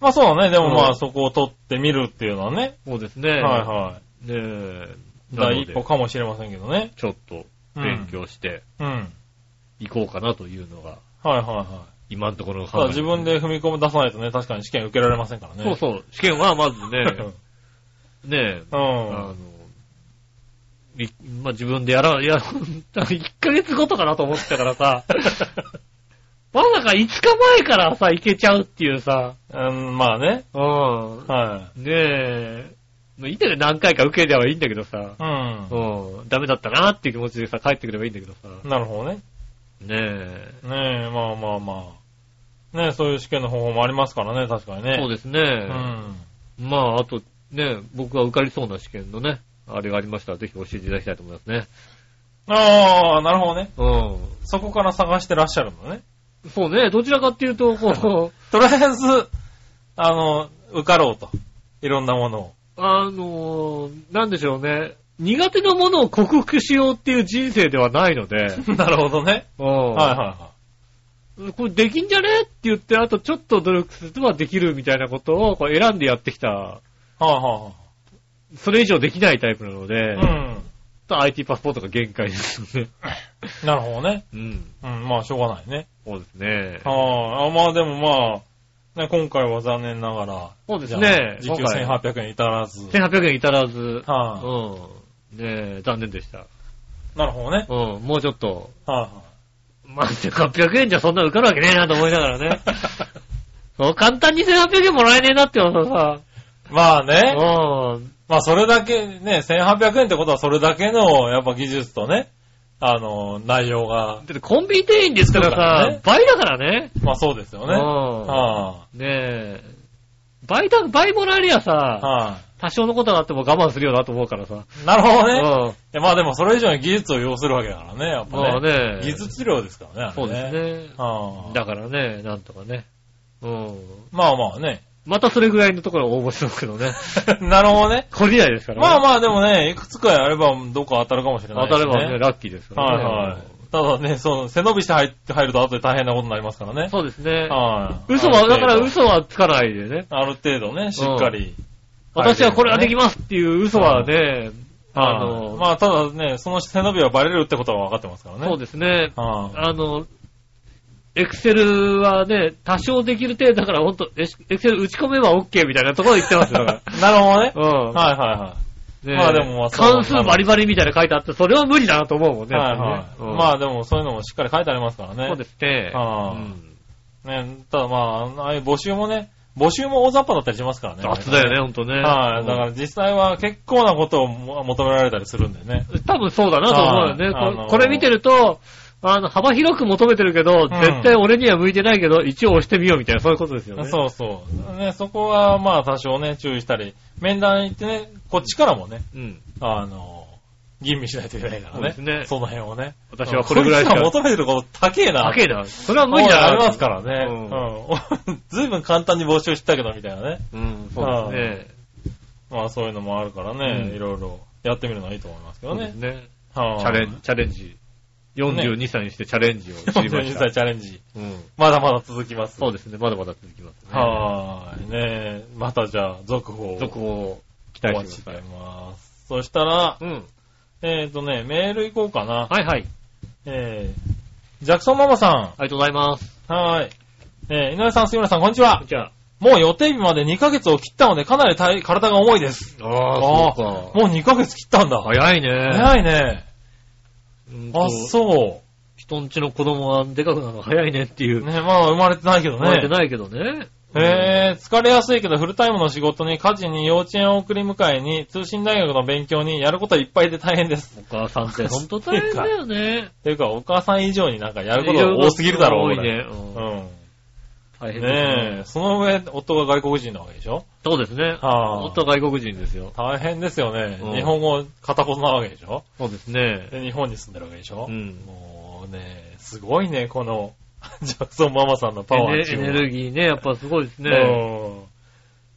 まあそうだね。でもま
う
あ
ん
そこを取ってみるっていうのはね。
そうですね。
はいは
ねえ。
い。
な
第
の
一
で
歩かもしれませんけどね。
ちょっと、勉強して。
うん。
行こうかなというのが、
はいはいは
い
い。
今のところ
ただ自分で踏み込み出さないとね、確かに試験受けられませんからね。
そうそう。試験はまず ね、ねえ、あ
うん。
の、いまあ、自分でやら、や、1ヶ 月後とかなと思ってたから さ、まさか5日前からさ、行けちゃうっていうさ、
うん、まあね。
うん。
は
ねえ、まあいいんだけど何回か受ければいいんだけどさ
い。、う
うん、ダメだったなっていう気持ちでさ、帰ってくればいいんだけどさ、ね
ん。なるほどね。
え、
ねえ、まあまあまあ。ねえ、そういう試験の方法もありますからね、確かにね。
そう
で
ですね。
うん。
まあ、あと、ね、僕が受かりそうな試験のね、あれがありましたら、ぜひ教えていただきたいと思いますね。
ああ、なるほどね。
う
そこから探してらっしゃるのね。
ん。そうね、どちらかっていう と、こ
とりあえず、あの、受かろうと。いろんなものを。
う、あのーなんでしょうね、苦手なものを克服しようっていう人生では ないの で、
なるほどね。
うん。
はいは
これできんじゃねって言って、あとちょっと努力すればできるみたいなことをこう選んでやってきた、
いはい。はあは
それ以上できないタイプなので、
あ。
ちょっ
うん。
と IT パスポートが限界です よね。
なるほどね。
うん。
うん、まあしょうがないね。
そうですね。
はい。あまあでもまあ、ね、今回は残念ながら。
そうですね
じゃあ時給
今
1800円至らず。
1800円至らず、
は
うん。ねえ、残念でした。
い。なるほどね。
うん、もうちょっと。
はいはい。
まあ、1800円じゃそんな受かるわけねえなと思いながら ね。そう、簡単に1800円もらえねえなって思うとさ、
まあね。
うん。
まあそれだけ、ね、1800円ってことはそれだけの、やっぱ技術とね、あの、内容が、
だってコンビニ店員ですから
そうだ
さ、
ね
倍だからね。
まあそうですよ
う
ね。は
ん。
あ、
ねえ。倍だ、倍もらえりゃさ、
は
多少のことがあっても我慢するよなと思うからさ。
い。なるほどね。
うん。
いやまあでもそれ以上に技術を要するわけだからね、やっ
ま
ぱ
あ
ね。
ね。
技術治療ですからね、あ
そ
れ
うですね。
はあ
だからね、なんとかね。うん。
まあまあね。
またそれぐらいのところを応募しますけどね。
なるほどね。
懲りないですからね。
まあまあでもね、いくつかやればどっか当たるかもしれない、
当たればね、。ラッキーですからね。
はいはい。ただね、その背伸びして入って入ると後で大変なことになりますからね。
そうですね。
はい。
嘘は、だから
ある程度
嘘はつかないでね。
ある程度ね、しっかり。
私はこれができ
ま
ますっていう嘘はね、あの、
まあ、ただね、その背伸びはバレるってことは分かってますからね。
そうですね。
は
あの、エクセルはね、多少できる程度だから、ほんと、エクセル打ち込めば OK みたいなところ言ってますよ。 だか
いなるほどね。
らうん。
はいはいはい。
ね
まあでもまあそう
関数バリバリみたいなの書いてあって、それは無理だなと思うもんね。
はいはい。
うん
まあでもそういうのもしっかり書いてありますからね。
そうですね。
あー
うん
ね、ただまあ、ああいう募集もね、募集も大雑把だったりしますからね。
雑だよね、ほんとね。
はい。だから実際は結構なことをも求められたりするんでね。
多分そうだなと思うよね。
はい
こ
あのー
これ見てると、あの、幅広く求めてるけど、絶対俺には向いてないけど、一応押してみようみたいな、そういうことですよね。
そうそう。ね、そこはまあ多少ね、注意したり、面談行ってね、こっちからもね、
うん。
あの、吟味しないといけないからね。
そうですね
その辺をね。
私はこれぐらいしか
こつが求めてること高えな。
高えな。それは無理だな。
ありますからね。
う
うん。 ずいぶん簡単に募集したけど、みたいなね。
うん、そうですね。
まあそういうのもあるからね、
うん
いろいろやってみるのはいいと思いますけ
そ
ど
うです
ね。
ね。
はあ
チャレンジ、チャレンジ。42歳にしてチャレンジを知りま
42
した。
歳チャレンジ。
うん。
まだまだ続きます。
そうですね。まだまだ続きますね。
はーい。ねえ、またじゃあ、続報を。
続報を期
お
待
待ち
し
してて
ください。
ます。そしたら、
うん。
えっ、とね、メール行こうかな。
はいはい。
えー、ジャクソンママさ
ありがとうございます。
ん。はーい。えー、井上さん、杉村さん、こんにちは。
じゃあ。
もう予定日まで2ヶ月を切ったので、かなり体体が重いです。
あ
あもう2ヶ月切ったんだ。
早いね。
早いね。
うんと
あ、そ。
人んちの子供はでかくなるの早いねっていうう。
ね、まあ生まれてないけど
慣れて
ね。
ないけどね。
へえ、疲れやすいけどフルタイムの仕事に、家事に、幼稚園送り迎えに、通信大学の勉強に、やることはいっぱいで大変です。
お母さんって本当大変だよね。
ていうか、お母さん以上 になんかやることが多すぎるだろう、
多
俺
いね。
う
うん
ん。
大変
ねえ、
ですね。
その上、夫が外国人なわけでしょ
そうですね。
は
夫は外国人ですよ。
大変ですよね。
うん
日本語片言なわけでしょ
そうですね。
で、日本に住んでるわけでしょ
うん
もうね、すごいね、この、 ジャクソンママさんのパワー
エ
って
ネ
い
エ
うの
ネ
は
ルギーね、やっぱすごいですね。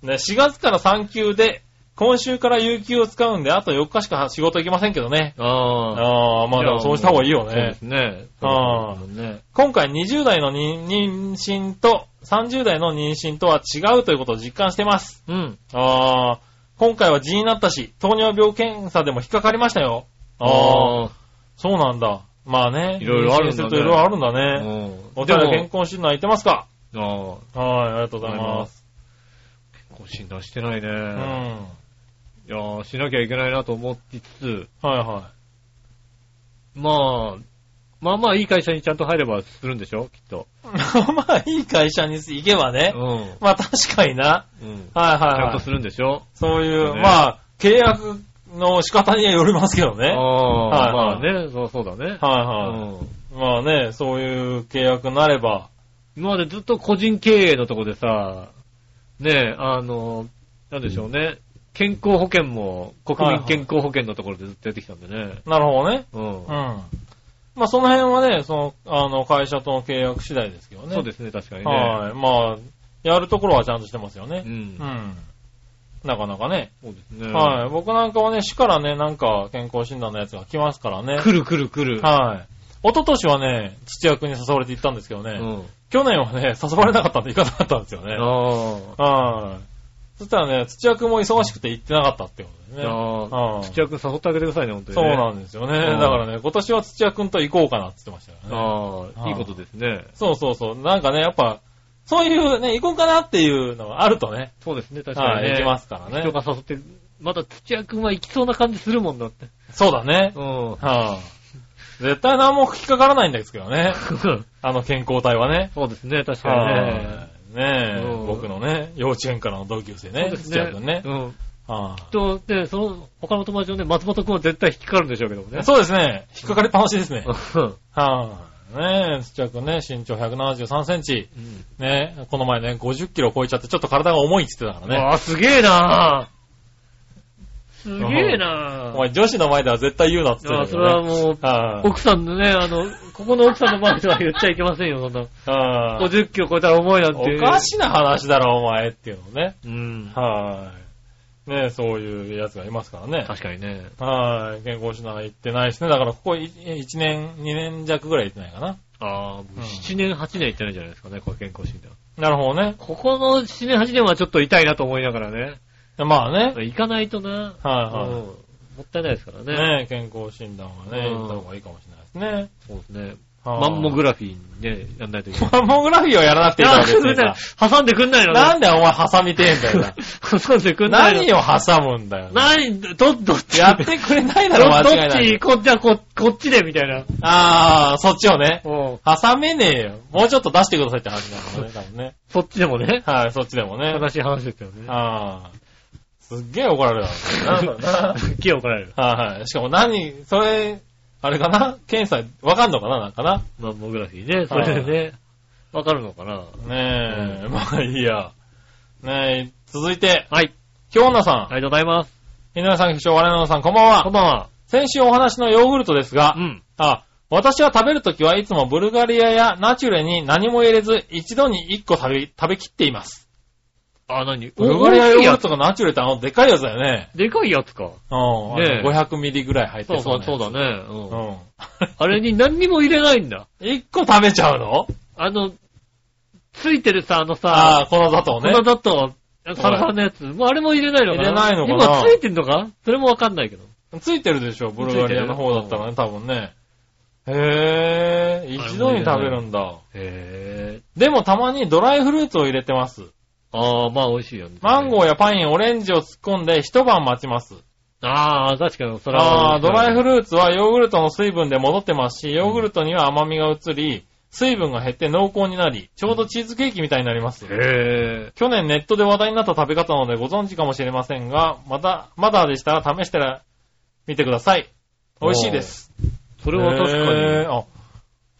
うんね、4月から産休で、今週から有給を使うんで、あと4日しか仕事行けませんけどね。
ああ。
ああ、まあでもそうした方がいいよ
そうで
ね
す。ね。
ああ
そうですね
今回20代の妊妊娠と30代の妊娠とは違うということを実感してます。
うん。
ああ、今回は痔になったし、糖尿病検査でも引っかかりましたよ。ああ、
ああ。
そうなんだ。まあね。
いろいろあるんだね
妊娠すといろいろあるんだ
う
ね。
ん。
お手の健康診断行ってますか
でも、
はい、ありがとうございます。
ああ、診断してないね。
うん。はい
やーしなきゃいけないなと思ってつつ、
いは
まあ、まあまあいい会社にちゃんと入ればするんでしょきっと。
い。 まあ、いい会社に行けばね
う。ん。
まあ、確かにな。
うん。ち
は
ゃ
いはい
ん
は
と
い
す。るんでしょ
そういう、
ね
まあ、契約の仕方にはよりますけどね。
あ
はい
あ、まあ
はい
ね、そうそうだね。
はい。
うん
まあね、そういう契約になれば、
今までずっと個人経営のとこでさ、ねえ、あの、なんでしょうね。健康保険も国民健康保険のところでずっとやってきたんでね。
なるほどね。
うん
うん。。まあその辺はね、その、あの、会社との契約次第ですけどね。
そう
で
ですね、確かに
す
ね。
はい。まあ、やるところはちゃんとしてますよ
う
ね。
ん
うん。。なかなかね。
そうですね。
はい。僕なんかはね、市からね、なんか健康診断のやつが来ますからね。
来る来る来る。
はい。一昨年はね、土屋くんに誘われて行ったんですけどね、
うん。
去年はね、誘われなかったんで行かなかったんですよね。
あ
はい。そしたらね、土屋くんも忙しくて行ってなかったってこ
あ。
とでね。
あ
うん
あ。土屋くん誘ってあげてくださいね、本当に
そう
ね。
なんですよね。
うん
だからね、今年は土屋くんと行こうかなって言ってましたよね。
ああ、
はいい
いことですね。
そうそうそう。なんかね、やっぱ、そういうね、行こうかなっていうのがあるとね、
そうですね、確か
は
に
い、
ね。
行きますから
人
ね。
が誘って、まだ土屋くんは行きそうな感じするもんだって。
そうだね。
うん。
はい、絶対何も引っかからないんですけどね。あの健康体はね。
そうですね、確かに
は
ね。
い。ね
うん
え、僕のね、幼稚園からの同級生
そ
ね
う、です
土屋くんね
う。ん。
は
と、で、その、他の友達のね、松本くんは絶対引っかかるんでしょうけどもね
い。。そうですね。引っかかりっぱなしですね。
う
はい。ねえ、土屋くんね、身長173センチ。
ん。
ね、この前ね、50キロ超えちゃって、ちょっと体が重いって言ってたからね。
ああ、すげえなすげえな
お前、女子の前では絶対言うなって言
あ
っ
あ、
て
そ
た
れは
よね。
もう、
あ
奥さんのね、あの、ここの奥さんの前では言っちゃいけませんよ、そんな。
あああ
50キロ超えたら重いなんて。
おかしな話だろ、お前っていうのね。
うん。
はい。ねそういうやつがいますからね。
確かにね。
はい。健康診断行ってないしね。だから、ここ1年、2年弱ぐらい行ってないかな。
ああ、もう
うん
7年、8年いってないじゃないですかね、これ健康診断。
なるほどね。
ここの7年、8年はちょっと痛いなと思いながらね。
まあね。
行かないとな。うん
は
もったいないですから
いはい。
ね。
ね健康診断はね、
うん
行った方がいいかもしれないですね。
そうですね。
はい
マンモグラフィーね、やんないといけない。
マンモグラフィーをやらなくてい いから別にさ。
挟んでくんない の
なんでお前挟みてえんだよ な。
挟んでくんないの
何を挟むんだよ。
何ど、どっち
やってくれないだろ、
ど
間違
ど
い
っ
な
ち
い。
こっちはこ、こっちでみたいな。
あー、そっちをね。
うん
挟めねえよ。もうちょっと出してくださいって話なのね、多分ね。
そっちでもね。
はい、そっちでもね。
悲しい話ですよね。
あー。すっげえ怒られるだろうな なんだろ
すっげえ怒られる。
うな。はいはい。しかも何、それ、あれかな検査、わかんのかななんかな
マンモグラフィーね。それでね、わかるのかな。
ねえ、まあいいや。ねえ、続いて、
はい。
京奈さん。
ありがとうございます。
井上さん、局長、我々の皆さん、こんばん
こん
は。
ばんは。
先週お話のヨーグルトですが
う、ん。
あ、私は食べるときはいつもブルガリアやナチュレに何も入れず、一度に一個食べ、食べきっています。
あ、なに
ブルガリア
大きい
ヨーグ
や
ルトがナチュレってあの、でかいやつだよね。
つでかいやつか。
うん。
ねえ
500ミリぐらい入っ
そ
て
うそう、
な
そうだ
やつ
ね。うん。
うん。
あれに何にも入れないんだ。
一個食べちゃうの
あの、ついてるさ、あの
あ
さ、
あ、粉砂糖ね。
粉だと、サラサラのやつ。もうあれも入れないのかな
入れないのかな
今ついてんのかそれもわかんないけど。
ついてるでしょ、ブルガリアの方だったらね、多分ね。へえ、一度に食べるんだ。
へえ。
でもたまにドライフルーツを入れてます。
ああ、まあ美味しいよね。
マンゴーやパイン、オレンジを突っ込んで一晩待ちます。
ああ、確かに、それは。
ああー、ドライフ
ル
ルーツはヨーグルトの水分で戻ってますし、ヨーグルトには甘みが移り、水分が減って濃厚になり、ちょうどチーズケーキみたいになります。
へえ。
去年ネットで話題になった食べ方なのでご存知かもしれませんが、まだ、まだでしたら試してら、見てください。美味しいです。
それは確
へー
かに。
あ、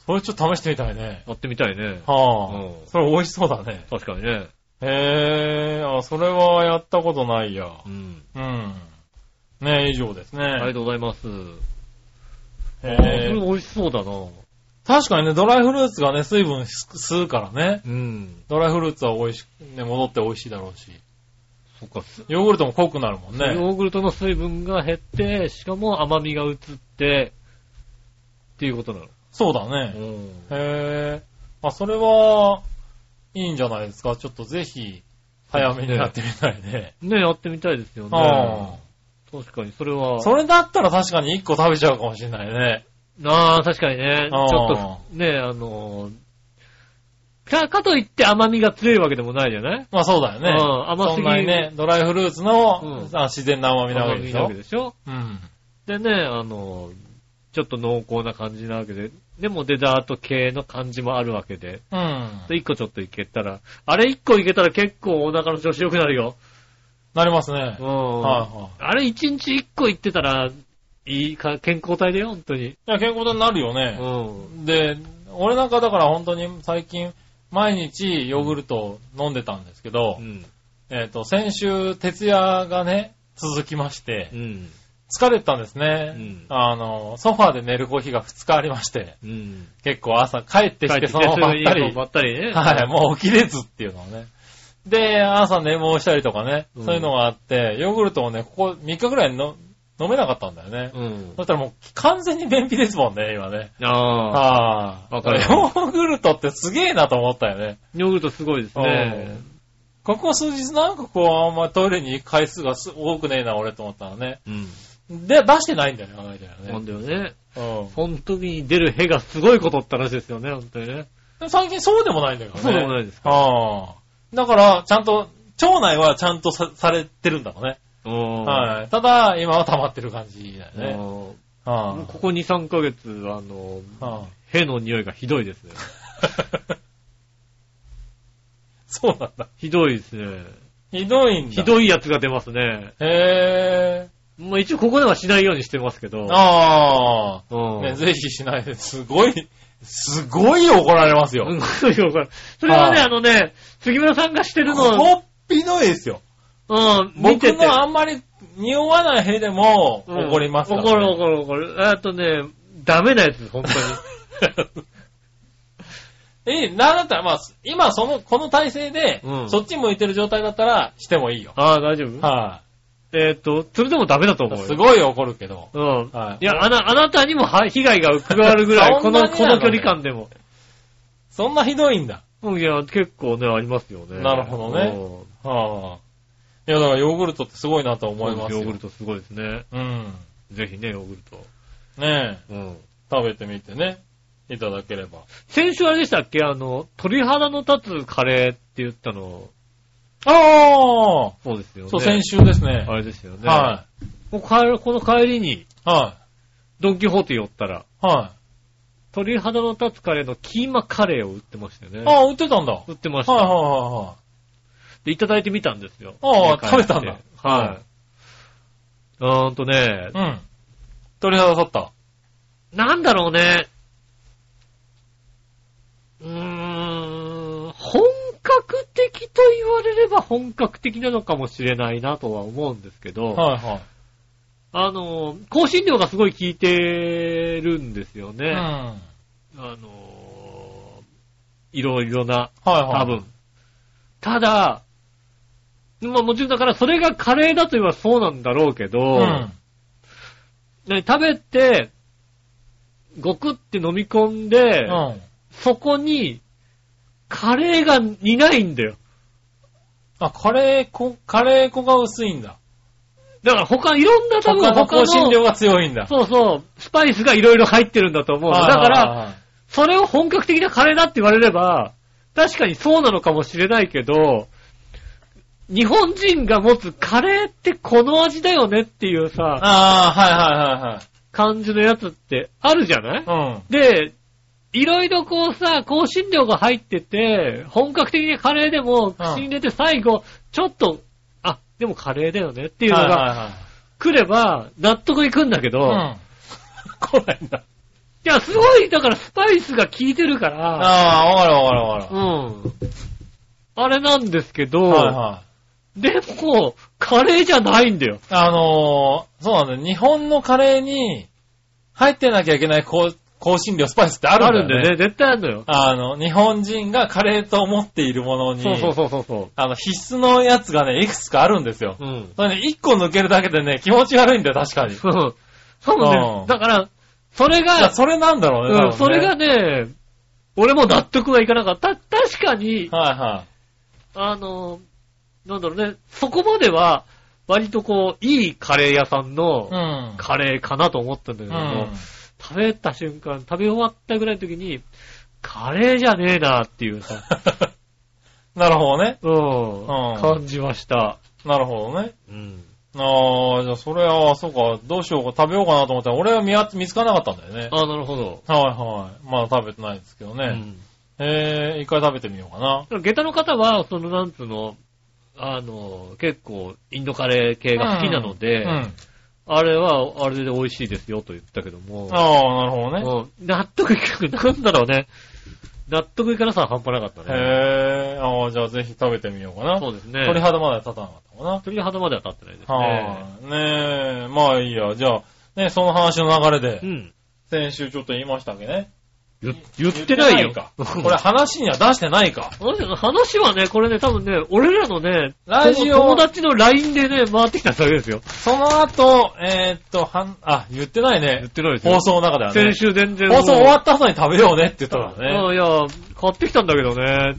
それちょっと試してみたいね。
やってみたいね。
は
うん
あ、それ美味しそうだね。
確かにね。
へえ、あ、それはやったことないや。
うん。
うん。ね以上ですね。
ありがとうございます。ああ、そ
え
れ
ー
美味しそうだな。
確かにね、ドライフルーツがね、水分す吸うからね。
うん。
ドライフルーツは美味しく、ね、戻って美味しいだろうし。
そっか、す
ヨーグルトも濃くなるもんね。
ヨーグルトの水分が減って、しかも甘みが移って、っていうことなの。
そうだね。
うん。
へぇー。あ、それは、いいんじゃないですか。ちょっとぜひ、早めにやってみたいね。
ねやってみたいですよ
あ
ね。確かに、それは。
それだったら確かに1個食べちゃうかもしれないね。
ああ、確かにね。ち
あー
ょっと、ね、あのーか、かといって甘みが強いわけでもないじゃない
まあそうだよね。
うん甘すぎる
そんなにね、ドライフルーツの、
うん
あ自然な甘みなわけでし
甘みな
ょ
わけ。でしょ
うん。
でね、あのーちょっと濃厚な感じなわけで、でもデザート系の感じもあるわけで、
うん。
で、一個ちょっといけたら、あれ一個いけたら結構お腹の調子良くなるよ。
なりますね
う。ん。
はいは
あれ一日一個いってたら、いいか、健康体だよ、本当に。
い。いや、健康体になるよ
う
ね。
ん。
で、俺なんかだから本当に最近、毎日ヨーグルトを飲んでたんですけど
う、ん。
えっと、先週、徹夜がね、続きまして
う、ん。
疲れてたんですね。
うん
あの、ソファーで寝るコーヒーが2日ありまして、
うん。
結構朝帰ってきてそのままばったり、
ばったりね。
はい、もう起きれずっていうのをね。で、朝寝坊したりとかね、
うん
そういうのがあって、ヨーグルトをね、ここ3日ぐらいの飲めなかったんだよね。
うん
だ。ったらもう完全に便秘ですもんね、今ね。
ああ。
ああ。
わかる
ヨーグルトってすげえなと思ったよね。
ヨーグルトすごいですね。
ここ数日なんかこう、あんまトイレに行く回数がす多くねえな、俺と思ったらね。
うん。
で、出してないんだよね、考えたら
なん
ね。
だよね。
うん
その時に出る屁がすごいことって話ですよね、本当にね。
でも最近そうでもないんだよね。
そうでもないですか。
ああ。だから、ちゃんと、腸内はちゃんとさされてるんだろうね。
は
はい。ただ、今は溜まってる感じだよ
い。
ね。
も
は
うここ2、3ヶ月、あの、
あ はあ
屁の匂いがひどいです ね。
そうなんだ。
ひどいですね。
ひどいんだ。
ひ
い。
どいやつが出ますね。
へ
まあ一応ここではしないようにしてますけど
ぇ。あ
う
あ。
ん。
ね、ぜひしないで。すごい、すごい怒られます
う
よ。
んそうよこれそれはね、
はい
あのね、杉村さんがしてるのを、
こっぴどいですよ。
うん、見
僕
てて。
のあんまり匂わない屁でも
うん
怒りますからね
怒る怒る怒る。えーっとね、ダメなやつ、本当に。
え、なんだったら、まあ、今その、この体勢で、
うん
そっち向いてる状態だったら、してもいいよ。
ああ、大丈夫
は
えーっと、それでもダメだと
い、
思うよ。
すごい怒るけど。
うん。
はい
いや、あな、あなたにもは被害が加わるぐらい、
そ
こ
んなに
の、
なの
この距離感でも。
そんなひどいんだ。
うん、いや、結構ね、ありますよね。
なるほどね
うん
はあ。いや、だからヨーグルトってすごいなと思いますよ。
ヨーグルトすごいですね。
うん。
ぜひね、ヨーグルト。
ねえ、
うん。
食べてみてね、いただければ。
先週あれでしたっけあの、鳥肌の立つカレーって言ったの、
ああ
そうですよね。
そう、先週ですね。
あれですよね。
は
もう帰る、この帰りに、
い。は
ドンキホーテ寄ったら、
い。は
鳥肌の立つカレーのキーマカレーを売ってましたよ
い。
ね。
ああ、売ってたんだ。はい
売ってました。
はいは
で、いただいてみたんですよ。
ああ
家帰
食べたんだ
ってはい。うーんとね
い、はい。うん。鳥肌立った。
なんだろうね。うーん、本格的と言われれば本格的なのかもしれないなとは思うんですけど、
はいは
あの、香辛料がすごい効いてるんですよ
い。
ね。
うん。はい
あのーいろいろな、
はい。
多分。。ただ、まあもちろんだからそれがカレーだと言えばそうなんだろうけど、
うん。
ね食べて、ごくって飲み込んで、
うん。
そこに、カレーがいないんだよ。
あ、カレー粉、カレー粉が薄いんだ。
だから他、いろんな多分
他
他
の香
の、
辛料が強いんだ。
そうそう、スパイスがいろいろ入ってるんだと思うの。
はい
だか
はい
ら、
はい
それを本格的なカレーだって言われれば、確かにそうなのかもしれないけど、日本人が持つカレーってこの味だよねっていうさ、
あ
感じのやつってあるじゃない
あ、はいはいはいはい。
で、いろいろこうさ、香辛料が入ってて、本格的にカレーでも口に入れて最後、ちょっと、あ、でもカレーだよねって
うん。
いうの
はいはい
が
はい。
来れば納得いくんだけど、い
うん。来ないんだ。
や、すごい、だからスパイスが効いてるから、
ああ、わかるわかるわか
う
る。
ん。あれなんですけど、
はいはい。
でも、カレーじゃないんだよ。
あのー、そうなんだよ。日本のカレーに入ってなきゃいけない香香辛料、スパイスってあ
あ
る
るん
ん
だ
だよ
よ
ね。
ね、絶対あるのよ。
あの、日本人がカレーと思っているものに、
そうそうそうそうそ
あの、必須のやつがね、いくつかあるんですよ
う。。うん。
それね、一個抜けるだけでね、気持ち悪いんだよ、確かに。だ
そう。そう
う
ね
ん。
だから、それ
から
が、
それなんだろうね、多分
う
ね
ん、それがね、俺も納得はいかなかった。た確かに、
はいは
あの、なんだろうね、そこまでは、割とこう、いいカレー屋さん
い。
の
うん。
カレーかなと思ったんだけども、食べた瞬間、食べ終わったぐらいの時に、カレーじゃねえなっていうさ、
なるほどね。
うん、
うん
感じました。
なるほどね。
うん。
ああ、じゃあそれは、そうか、どうしようか、食べようかなと思ったら、俺は見あ見つからなかったんだよね。
あなるほど。
はいはい。まだ食べてないですけど
う
ね。
ん
えー、一回食べてみようかな。
下駄の方は、その、なんつうの、あの、結構、インドカレー系が好きなので、
うん。
あれは、あれで美味しいですよと言ったけども、
ああ、なるほどね。
うん納得いかな、なんだろうね。納得いかなさは半端なかったね。
へえ、ああ、じゃあぜひ食べてみようかな。
そうですね。
鳥肌まで立たなかったかな。
鳥肌までは立ってないですね。
はい、ねえ、まあいいや。じゃあ、ね、その話の流れで
う、ん。
先週ちょっと言いましたっけね。
言言ってないよ。
言ってないかこれ話には出してないか。
うん話はね、これね、多分ね、俺らのね、
ラジオ
友達の LINE でね、回ってきただけですよ。
その後、えーっと、はん、あ、言ってない
言
ね
っ。てないですよ
放。送の中ではね
先。週全然。
放送終わった後に食べようねって言ったからね。
うん、いや、買ってきたんだけどね、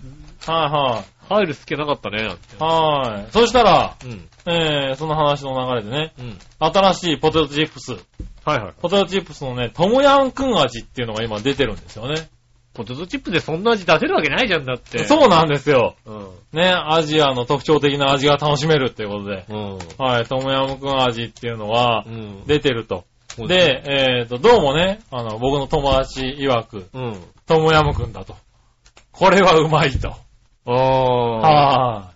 は
入る隙なかったね、なんて。
いはい。はい。そしたら、
うん、
えー、その話の流れでね、
うん。
新しいポテトチップス。
はいはい。
ポテトチップスのね、トムヤンくん味っていうのが今出てるんですよね。
ポテトチップでそんな味出せるわけないじゃんだって。
そうなんですよ。
うん。
ね、アジアの特徴的な味が楽しめるっていうことで。
うん。
はい、トムヤムくん味っていうのは
う、ん。
出てると。
そうすね、
で、えっ、と、どうもね、あの、僕の友達曰く、
うん。
トムヤムくんだと。これはうまいと。
ああ。
は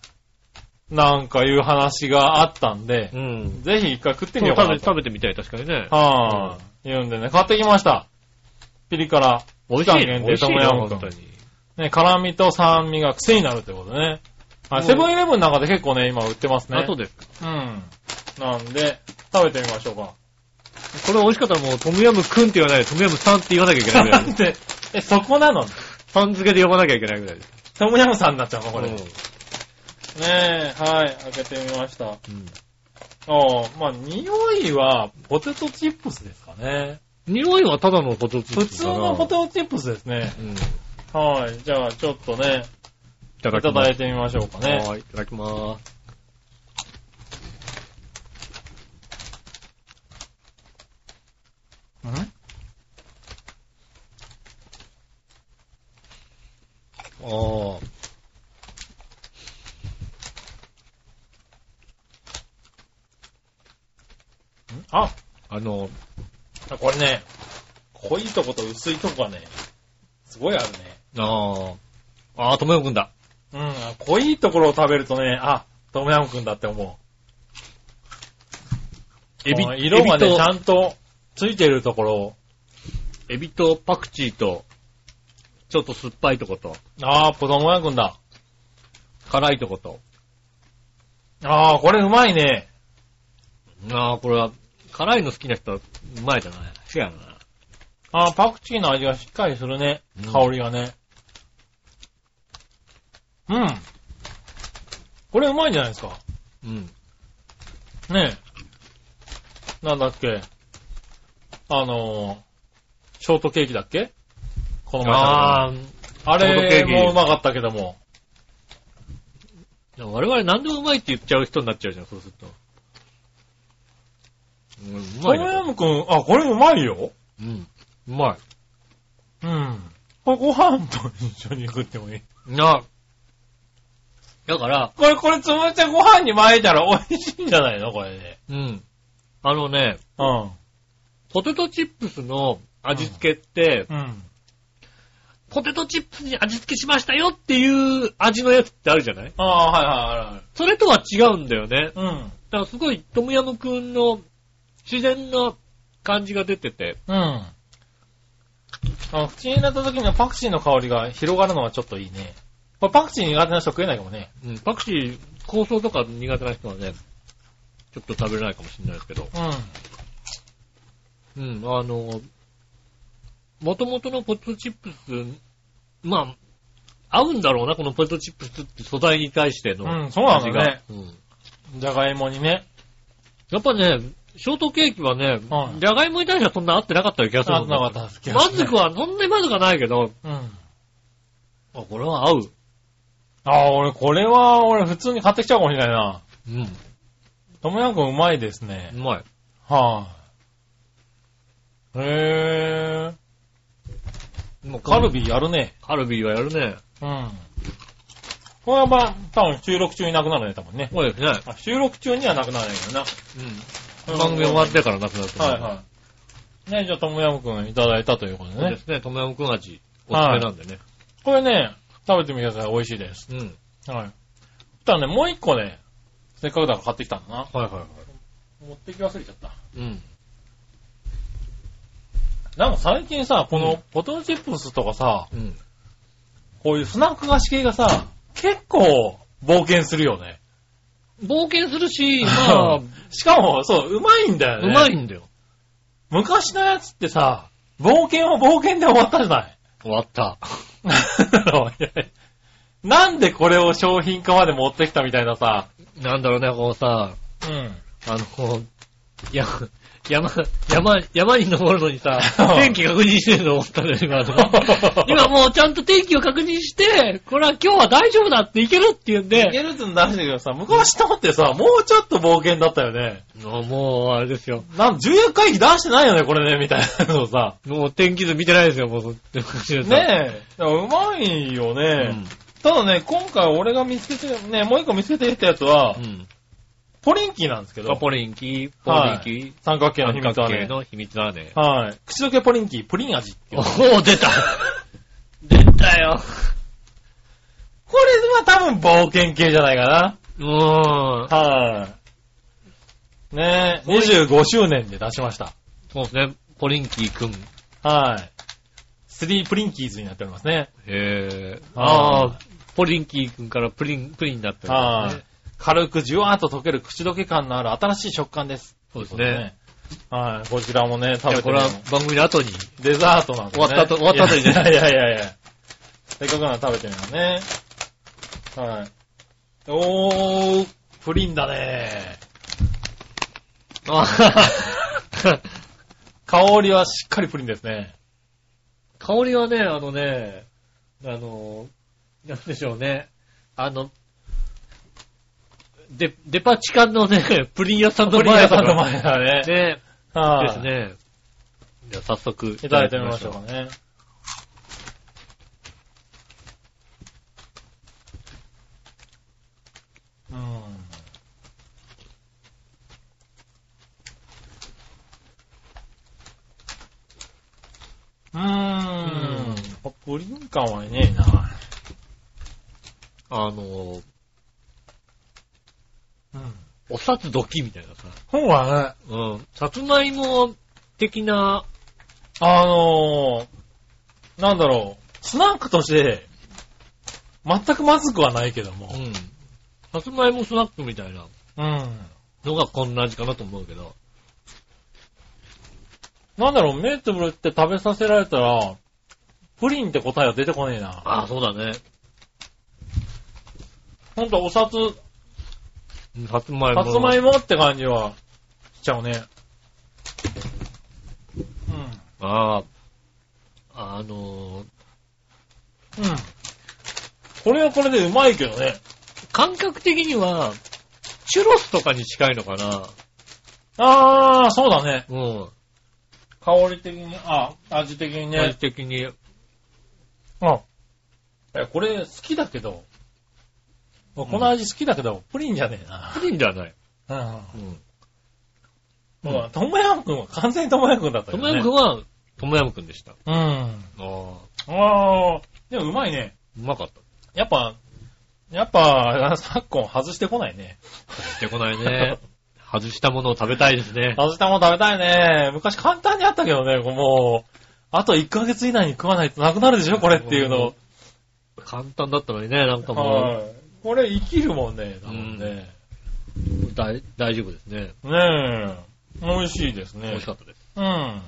い。なんかいう話があったんで
う、ん。
ぜひ一回食ってみようか
食べ
なと。
食べてみたい、確かにね。
はい。言うんでね、買ってきました。ピリ辛。
美味し
期間
い。
限
美
定
味し
ト
い
ムヤ
よ、
ム
本
クン
当に。
ね、辛味と酸味が癖になるってことね。はい、セブンイレブンなんかで結構ね、今売ってますね。
あとです。
うん。なんで、食べてみましょうか。
これ美味しかったらもう、トムヤムくんって言わないで、トムヤムさんって言わなきゃいけないぐら
ない
で
んで、え、そこなの
す。さん付けで呼ばなきゃいけないぐらいです。
トムヤムさんになっちゃうのこれ。
うん
ねえ、はい、開けてみました。あ
うん
あ、まあ、匂いは、ポテトチップスですかね。
匂いはただのポテトチップ
普通のポテトチップスですね。
ト。うん。い
はい、じゃあ、ちょっとね、
た
い
だき
た
ま
だ
す。
いてみましょうかね。
はい、いただきます。ああ。
あ、
あの、
これね、濃いとこと薄いとこがね、すごいあるね。
ああ。ああ、ともよくんだ。
うん、濃いところを食べるとね、あ、トムヤムくんだって思う。
エビ
この、色が
エ
ね、
ビ
ちゃ
と、
んとついてるところ。
エビとパクチーと、ちょっと酸っぱいとこと、
ああ、ポトモヤくんだ。
辛いとこと。
ああ、これうまいね。
ああ、これは、辛いの好きな人は、うまいだね。違うな。
ああ、パクチーの味がしっかりするね
う。ん
香りがね。うん。これうまいんじゃないですか。
うん。
ねえ。なんだっけ。あのー、ショートケーキだっけこの前食べた
ああ、
あ
ショートケ
れ
ーキ
もうまかったけども。
でも我々何でもうまいって言っちゃう人になっちゃうじゃん、そうすると。うん、う
ト
ま
ム
いな
ヤムくん、あ、これうまいよ。
うん。うま
うん。これご飯と一緒に食ってもいい。
い。な、だから、
これ、これ、つぶてご飯に巻いたら美味しいんじゃないのこれね。
うん。あのね、
うん。
ポテトチップスの味付けって、
うん。
ポテトチップスに味付けしましたよっていう味のやつってあるじゃない
ああ、は
それとは違うんだよね。
いはいはいはい。
だからすごい、トムヤムくんの自然な感じが出てて、
うん。うん。あ口に入れた時のパクチーの香りが広がるのはちょっといいね。これパクチー苦手な人食えないかもね。
うん、パクチー、香草とか苦手な人はね、ちょっと食べれないかもしれないですけど、
うん。
うん、あの、元々のポテトチップス、まあ、合うんだろうな、このポテトチップスって素材に対しての味が。
うんそうなんだね
うん
じゃがいもにね。
やっぱね、ショートケーキはね
は、い
じゃがいもに対してはそんな合ってなかったような気がする
あ
もん
なかったですけど、
まずくは、そんなにまずくはないけど、
うん。
あ、これは合う。
ああ、俺、これは、俺、普通に買ってきちゃうかもしれないな。
うん、う
ともやくんうまいですね。
まい。
はい、へえ、カルビやるね。
カルビーはやるね。
うん。これはまあ、多分収録中になくなるね、多分ね。
そうですね。
あ収録中にはなくならないけどな。
うん。番組終わってからなくなると思う
はいはい。ね、じゃあ、ともやむくんいただいたということで
そうで
ね。
すね。トムヤムクン味、おすすめなんでね。
これね、食べてみてください。美味しいです。
うん。
はい。ただね、もう一個ね、せっかくだから買ってきたんだな。
はいはいは
持ってき忘れちゃった。
い。うん。
なんか最近さ、こ
うん
のポテトチップスとかさ、
うん。
こういうスナック菓子系がさ、結構冒険するよね。
冒険するし、 まあ、
しかも、そう、うまいんだよね。
うまいんだよ。
昔のやつってさ、冒険は冒険で終わったじゃない。
終わった。
いやいやなんでこれを商品化まで持ってきたみたいなさ。
なんだろうね、こうさ、
うん。、
あの、こう、や、山、山、山に登るのにさ 天気確認してるの思ったね、今の。今もうちゃんと天気を確認して、これは今日は大丈夫だっていけるって言うん
い
で、
けるっての大事だけどさ、昔のってさ、もうちょっと冒険だったよね。
もう、あれですよ。
なん、重役会議出してないよね、これね、みたいなのさ。
もう天気図見てないですよ、もうそって昔のさ。
ねえ。うまいよね。ただね、今回俺が見つけて、ね、もう一個見つけてきたやつは、
うん。うん。
ポリンキーなんですけど
あ、ポリンキー、ポ
はい
リンキー、
三角形の秘
三
密
角
は
形
ね。
の秘密だね。
はい。口どけポリンキー、プリン味ってい
お
う。
お、 出た出たよ。
これは多分冒険系じゃないかな。
うーん。
はい。ねえ、25周年で出しました。
そうですね、ポリンキーくん。
はい。3プリンキーズになっておりますね。
へー。
あ
あ
ー
あ、ポリンキーくんからプリン、プリンになったよ
は
ね
い。。軽くじゅわーっと溶ける口どけ感のある新しい食感です。
そうですね。
はい。こちらもね、
い
食べ
や、
て
こ
み
れ
よ
は
う
番組の 後に。
デザートなんで、ね。
終わった後終わった後にね
いやいやいやいや。せっかくなら食べてみようね。はい。おー、プリンだね。
あー
香りはしっかりプリンですね。
香りはね、あのね、あの、なんでしょうね。あの、デ、デパ地下のね、 プリン屋さんの
プリン
前
屋
と
さんの
か
前だね。
ね、
はい。
ですね。じゃあ早速、い
いただいてみましょうかね。うん。うーん。プリン感はねえな。
あの、
うん。
お札どきみたいなさ。
本はね、
うん。さつまいも的な、
あのー、なんだろう、スナックとして、全くまずくはないけども
う。ん。さつまいもスナックみたいな
うん。
のがこんな味かなと思うけど。
なんだろう、メートルって食べさせられたら、プリンって答えは出てこねえな。
ああ、そうだね。
ほんと、お札、
うんさつまいも。
さつまいもって感じは、しちゃうね。う
ああ。あのー、
ん。うん。これはこれでうまいけどね。
感覚的には、チュロスとかに近いのかな。
あー、そうだね。
うん。
香り的に、あ、味的に
味
ね。
的に。
あ、えこれ好きだけど、この味好きだけど、プリンじゃねえな
プ。リンではない。
うん。
うん。
そうだ、ともやむくんは完全にともやむくんだった
ト
よね。
ムヤムくんは、トムヤムくんでした。あ
うん。
あ。
ああ、でもうまいね。
うまかった。
やっぱ、やっぱ、昨今外してこないね。
してこないね。 外したものを食べたいですね。
外したもん食べたいね。昔簡単にあったけどね、もう、あと1ヶ月以内に食わないとなくなるでしょ、これっていうの。
簡単だったのにね、なんかも
はい。これ生きるもんね、多分ね。
う、だい大丈夫ですね。
ねえ。美味しいです
美
ね
味し。かったです。
うん。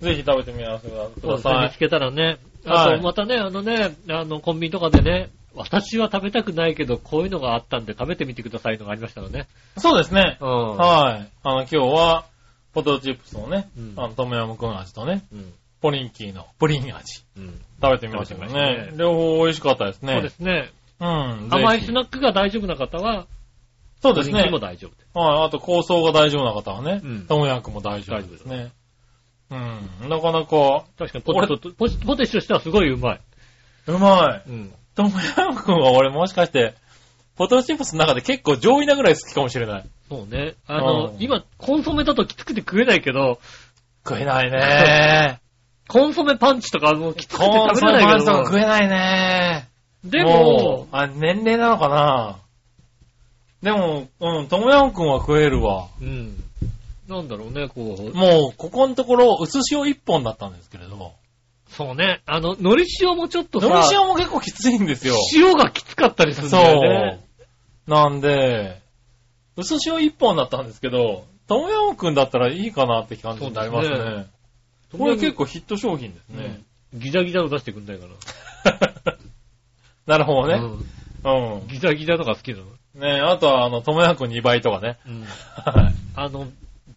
ぜひ食べてみなさい。く
そう
だ
ですね
さ
見
い
つ。けたらね。
は
あ
い
と、またね、あのね、あの、コンビニとかでね、私は食べたくないけど、こういうのがあったんで食べてみてくださいのがありましたのね。
そうですね。
うん。
はい。あの、今日は、ポテトチップスのね
うん、
あの、トムヤムクン味とね、
うん。
ポリンキーのプリン味。
うん。
食べてみましたけど
食べてみましたね。
ね両方美味しかったですね。
そうですね。
うん。
甘い
ぜ
ス
ひ
ナックが大丈夫な方は、
そうです
ドリン
ね
クも。大丈夫です。
はい。あと、構想が大丈夫な方はね
う、ん
ともやくも大丈夫ですね。うん。なかなか、
確かにポテトと、ポテポテチとしてはすごいうまい。
うまい。
うん。
トムヤムくんは俺もしかして、ポテトチップスの中で結構上位なぐらい好きかもしれない。
そうね。あの
う、ん
今、コンソメだときつくて食えないけど、
食えない ね
コンソメパンチとかもうきつく
ー。
て食べれないけども
食えないね
でも、
あ、年齢なのかなでも、うん、トムヤムくんは食えるわ。
うん。なんだろうね、こう。
もう、ここのところ、薄塩一本だったんですけれど、
そうね。あの、海苔塩もちょっとさ、
海苔塩も結構きついんですよ。
塩がきつかったりするん
そ
だよね。
う。なんで、薄塩一本だったんですけど、トムヤムくんだったらいいかなって感じになりますね。
そうで
これ結構ヒット商品ですね。
ギザギザの出してくんないか
なるほど
ら。
ね。
うん
うん。
ギザギザのが好きなの。
ねあとは、あの、トムヤムくん2倍とかね。
うん。
はい。
あの、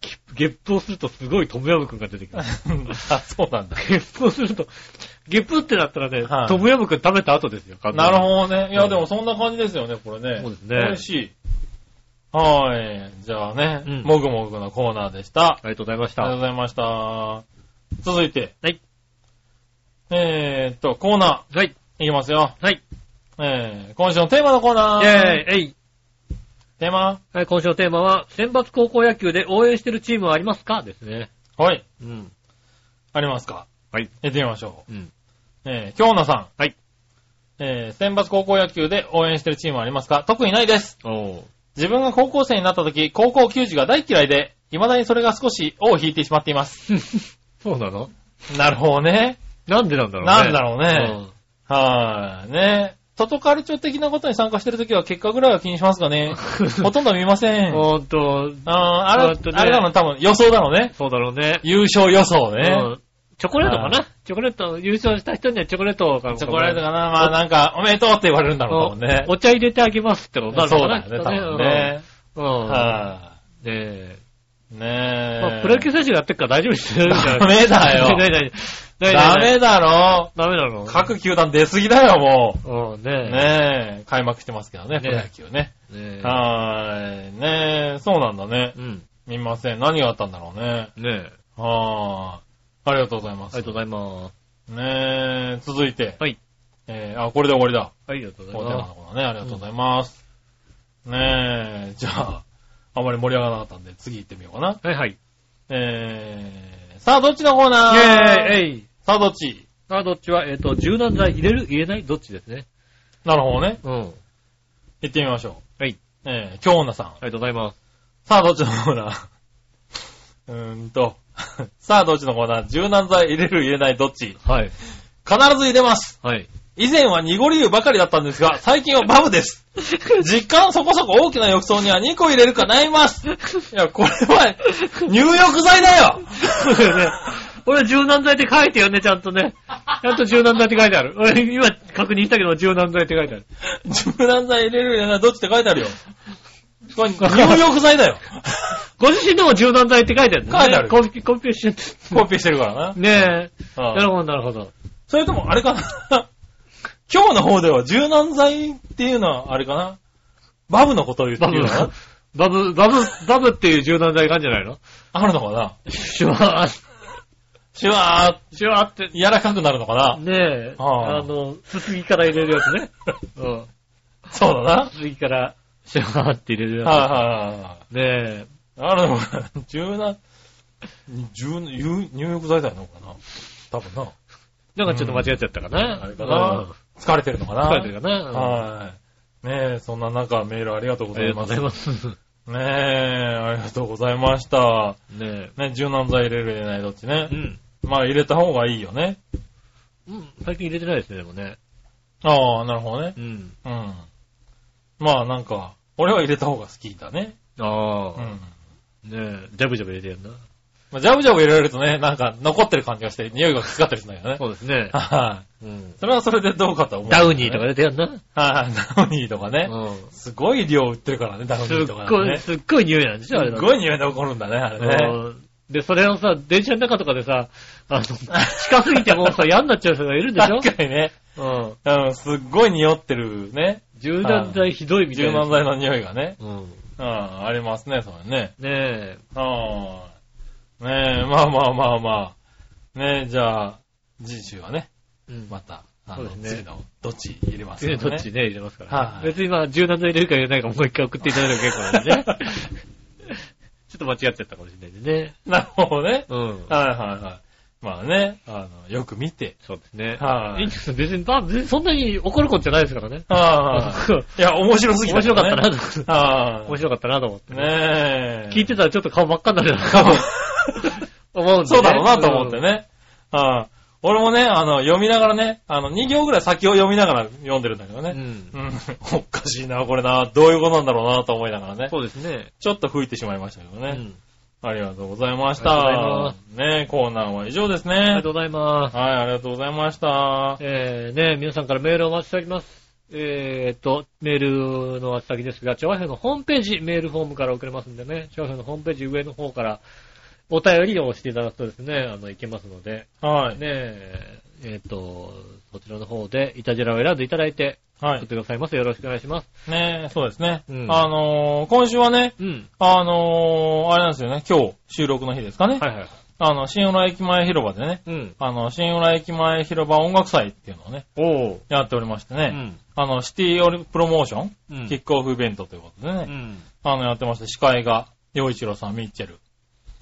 きゲップをするとすごいトムヤムくんが出てくる。
あ、そうなんだ。
ゲップをすると、ゲップってなったらね、
はい
トムヤムくん食べた後ですよ、
なる
ど。
ほどね。いうや、
ん
でもそんな感じですよね、これね。
そうですね
美味しい。はーい。じゃあね、
うん
もぐもぐのコーナーでした。
ありがとうございまし
ありがと
た。
うございました。続いて。
はい。
えーっと、コーナ
はい。
ー、いきますよ。
はい。
えー、今週のテーマのコーナ
イェ
ー。
ーイえい
テーマ
はい、今週のテーマは、選抜高校野球で応援してるチームはありますかですね。
はい。
うん。
ありますか
はい。
やってみましょ
うん。
う。えー、京奈さん。
はい。
えー、選抜高校野球で応援してるチームはありますか特にないです。
おー。
自分が高校生になった時、高校球児が大嫌いで、未だにそれが少し尾を引いてしまっています。
そうなの
なるほどね。
なんでなんだろうね。
なんだろうね。はい。ね。トトカルチョ的なことに参加してるときは結果ぐらいは気にしますが ね。ほとんど見ませ
うん。
ん。
ほんと、
あ
そ
ーあ
うや
れ
って、ね
あれなの多分予想だろうね。
そうだろうね。
優勝予想
う
ね。
んチョコレートか
は
なチョコレート、優勝した人にはチョコレートか
チョコレート
か
かな。まあなんか、おめでとうって言われるんだろう多分ね。
お茶入れてあげますってことだ
そ
ろ
う
う
だ
な
よ
き
ね、
っ
多
と
分ね。
うん。
は
うん。ね
い。ね
え。
え。
まあプロ野球選手がやってるから大丈夫ですよ。。
ダメだよ
ないないない
ダ
ない
メだろ。
ダメなの
各球団出すぎだよ、も
うん、
う。
ね
ねえ。開幕してますけどね、
ね
プロ野球ね。
え。ねえ。
はーい。ねえ、そうなんだね
う。ん。
見ません。何があったんだろうね。
ねえ。
はーい。ありがとうございま
あ
す。
りがとうございます。
ねえ、続いて。
はい。
えー、あ、これで終わりだ。
ありがとうござ
お
い
手間
ま
のことね、ありがとうございます。ねえ、じゃあ、あまり盛り上がらなかったんで、次行ってみようかな。
す。はいはい。
えー、さあ、どっちのコーナー
イェーイえい
さあ、どっち
さあ、どっちは、えっ、と、柔軟剤入れる入れないどっちですね。
なるほどね。
うん。
行ってみましょ
はい。
う。えー、京女さん。
ありがとうございます。
さあ、どっちのコーナー うーんと。 さあ、どっちのコーナー柔軟剤入れる入れないどっち
はい。
必ず入れます
はい。
以前は濁り湯ばかりだったんですが、最近はバブです。実家のそこそこ大きな浴槽には2個入れるか悩みます。いや、これは、入浴剤だ よ
そうだよね。俺柔軟剤って書いてよね、ちゃんとね。ちゃんと柔軟剤って書いてある。俺今確認したけど柔軟剤って書いてある。
柔軟剤入れる入れないどっちって書いてあるよ。これ入浴剤だよ。
ご自身でも柔軟剤って書いてあるんだね
書いてある
コンピコンピューション
コピーしてるからな。
ねえ。
ああ
なるほど、なるほど。
それとも、あれかな今日の方では柔軟剤っていうのは、あれかなバブのことを言って
バ
る
ブ
のかな、
バブ、バブ、バブっていう柔軟剤があるんじゃないの
あるのかな
シュワー、
シュワ
シュワーって
ー、。柔らかくなるのかな
ねえ。
ああ
あの、すすぎから入れるやつ ね。うん。
そうだな。
すすぎからシュワーって入れるやつ。
はいはいはいはい。
ねえ。
あ るのかな柔軟、柔軟、入入浴剤だよな、これな。多分な。
なんかちょっと間違っちゃったかな。
あれかな。疲れてるのか
うん。
な
疲れてるかな。うん
はい。ねえ、そんな中メールありがとうご
あ
ざ
りがと
いう
ご
ます。
ざいます。
ねえ、ありがとうございました。
ね
ね、柔軟剤入れる入れないどっち
え。
ね
う。ん。
まあ入れた方がいいよね。
うん。最近入れてないですね、でもね。
ああ、なるほどね。
うん。
うん。まあなんか、俺は入れた方が好きだね。
あ
う
あ。
ん。
ねえ、ジャブジャブ入れてやんな。
まあ、ジャブジャブ入れられるとね、なんか残ってる感じがして、匂いがきつかったりするんだよね。
そうですね。
はい。
うん。
それはそれでどうかと思う、
ダウニーとか。出てやんな。
はい、ダウニーとかね。
うん。
すごい量売ってるからね、ダウニ
す
ー
っ
とか、
ご
ね。
い、すっごい匂いなんでしょ、あれ
す
だ
っ
と
ごい匂いで残るんだね、あれね。
うんで、それをさ、電車の中とかでさ、 あの、近すぎてもうさ、嫌になっちゃう人がいるんでしょ
確かにね。
うん。
うん、すっごい匂ってるね。
柔軟剤ひどいみた
柔
いな。
軟剤の匂いがね。
うん。
うん、ありますね、それね。
ねえ。
はーい。ねえ、まあまあまあまあ。ねえ、じゃあ、次週はね、
うん。
また、あの、
そうですね
次の、どっち入れますかね。
どっちね、入れますから、
はい
別にまあ、柔軟剤入れるか入れないかもう一回送っていただければ結構なんでね。 ちょっと間違っちゃったかもしれないんでね。
なるほどね。
うん。
はいはいはい。まあね、あの、よく 見て。
そうですね。
はい
いいんですよ別に、まあ、別にそんなに怒ることじゃないですからね。
はいはい。いや、面白すぎた、
面白かったなと。
はい。
面白かったなと思って。
ねえ。
聞いてたらちょっと顔真っ赤になるような
かも。
思うんで、ね。
そうだろうなと思ってね。はい俺もね、あの、読みながらね、あの、2行ぐらい先を読みながら読んでるんだけど
う
ね。
ん。
うん。 おかしいな、これな。どういうことなんだろうな、と思いながらね。
そうですね。
ちょっと吹いてしまいましたけど
う
ね。
ん。
ありがとうございまし
ありがとうござい
た
ま。
ねえ、コーナーは以上です
あり
ね
が。とうございます。
はい、ありがとうございました。
えー、ね、皆さんからメールをお待ちしております。えーっと、メールの宛先ですが、調和表のホームページ、メールフォームから送れますんでね、調和表のホームページ上の方から、お便りを押していただくとですね、あの、いけますので、
はい。
ねえ、えーっと、そちらの方で、いたじらを選んでいただいて、
は
送って
い。
くださいませ。よろしくお願いします。
ねえ、そうですね。
うん
あのー今週はね、
うん。
あのーあれなんですよね、今日、収録の日ですかね。
はいはい。
あの、新浦駅前広場でね、
うん。
あの、新浦駅前広場音楽祭っていうのをね、
おお。
やっておりまして
う
ね、
ん。
あの、シティオリプロモーション、
うん
キックオフイベントということでね、
うん。
あの、やってまして、司会が、洋一郎さん、ミッチェル、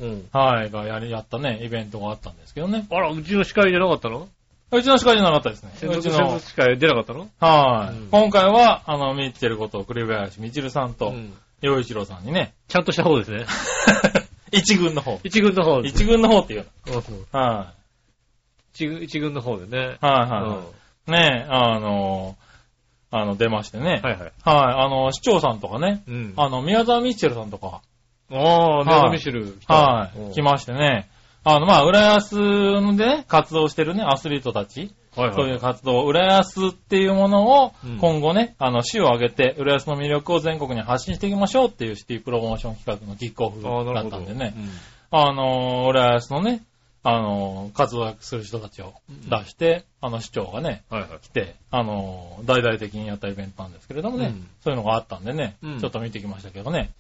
うん。
はい、がやり、やったね、イベントがあったんですけどね。
あら、うちの司会出なかったの
うちの司会じゃなかったですね。
専
う
属
ち
専
の
属、司会出なかったの
はい、
うん
今回は、あの、ミッチェルこと、栗林みちるさん
う
と、
ん。
洋一郎さんに ね、
ちゃんとした方ですね。
一軍の方。
一軍の方です。
一軍の方っていう
そうそう
の。は
一軍一軍の方でね。
い、はい、
うん
はい、
は
ねえ、あの、あの、出ましてね。
いはい。
はい、あの、市長さんとかね、
うん。あ
あの、宮沢ミッチェルさんとか、
あー、メ
はい
ガミシル来た。
は
うん
い、来ましてね、あの、まあ、浦安でね、活動してるね、アスリートたち、
はいはい。
そういう活動、浦安っていうものを
うん、
今後ね、あの、市を挙げて、浦安の魅力を全国に発信していきましょうっていうシティプロモーション企画のキックオフ
ああ、なる
だ
ほ
った
ど。
んでね
う、ん。
あの、浦安のね、あの、活動する人たちを出して、あの、市長がね、
はいはい。
来て、あの、大々的にやったイベントなんですけれどもね、
うん
そういうのがあったんでね、
うん
ちょっと見てきましたけどね。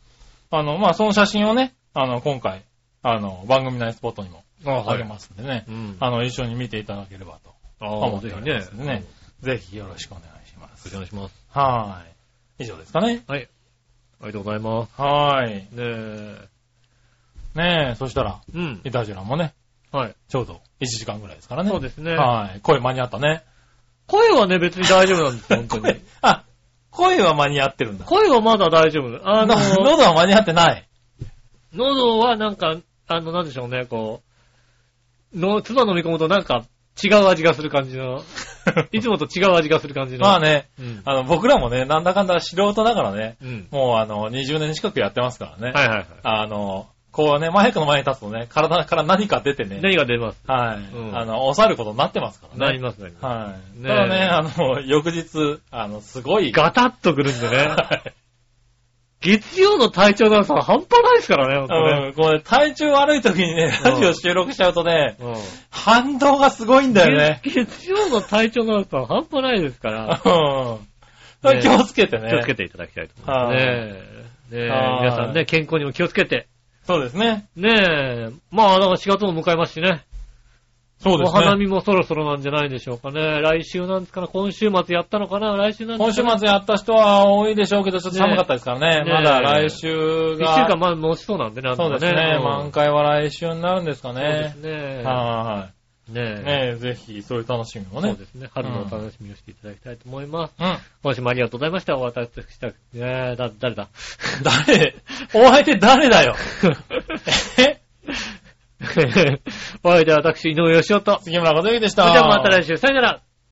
あの、まあ、その写真をね、あの、今回、あの、番組内スポットにも
ああ、
あ
は
げ
い。
ますんでね、
うん。
あの、一緒に見ていただければと
あ
思
あ、
って
ぜ
お
ひ
りま
ね
すんでね。、ぜひよろしくお願いしま
うん
す。
お願いします。
はーい。以上ですかね。
はい。ありがとうございます。
はーい。
ねえ。
ねえ、そしたら、
うん
イ。タジラもね、
はい。
ちょうど1時間ぐらいですからね。
そうですね。
はい。声間に合ったね。
声はね、別に大丈夫なん ですよ、本当に。
あ、声は間に合ってるんだ。
声はまだ大丈夫。あの、
喉は間に合っ てない。
喉はなんか、あの、なんでしょうね、こう、の、唾飲み込むとなんか違う味がする感じ の、いつもと違う味がする感じの。
まあね、
うん。
あの、僕らもね、なんだかんだ素人ながらね、
うん。
もうあの、20年近くやってますからね。
はいはいは
あの、こうね、マイクの前に立つとね、体から何か出て
い。
ね、
何が出ます
はい、
うん
あの、抑えることになってますからね。
なりますね。
はい。
ねえ
ただね、あの、翌日、あの、すごい、
ガタッとくるんでね。
はい
月曜の体調の良さは半端ないですからね、ほんとね。
うん、これ、体調悪い時にね、
うん
ラジオ収録しちゃうとね、
うん
反動がすごいんだよね。
月月曜の体調の良さは半端ないです から、
うん。それ気をつけてね。
気をつけていただきたいと思いますね。ねえ
はい
皆さんね、健康にも気をつけて。
そうですね。
ねえ、まあ、だから4月も迎えますしね。
そうで
お
すね
花。見もそろそろなんじゃないでしょうかね。来週なんですかね。今週末やったのかな来週なんで
今
す
週
かね。
末やった人は多いでしょうけど、ちょっと寒かったですからね。
ね
まだ来週
一週間
が。
まあ持ちそうなんでね。なんと
そう
か
ですね。
うん
満開は来週になるんですかね
そ。うですね。
は
ね
い。
え。
ねえ、ぜひ、そういう楽しみも
そう
ね。
ですね。春のお楽しみをしていただきたいと思います。
うん。
今週もありがとうございました。お渡しした、ねえ、だ、誰だ
誰お相手誰だよえ
お相手は私、井上義夫と。
杉村和之でし
そ
た。
れではまた来週。さよなら。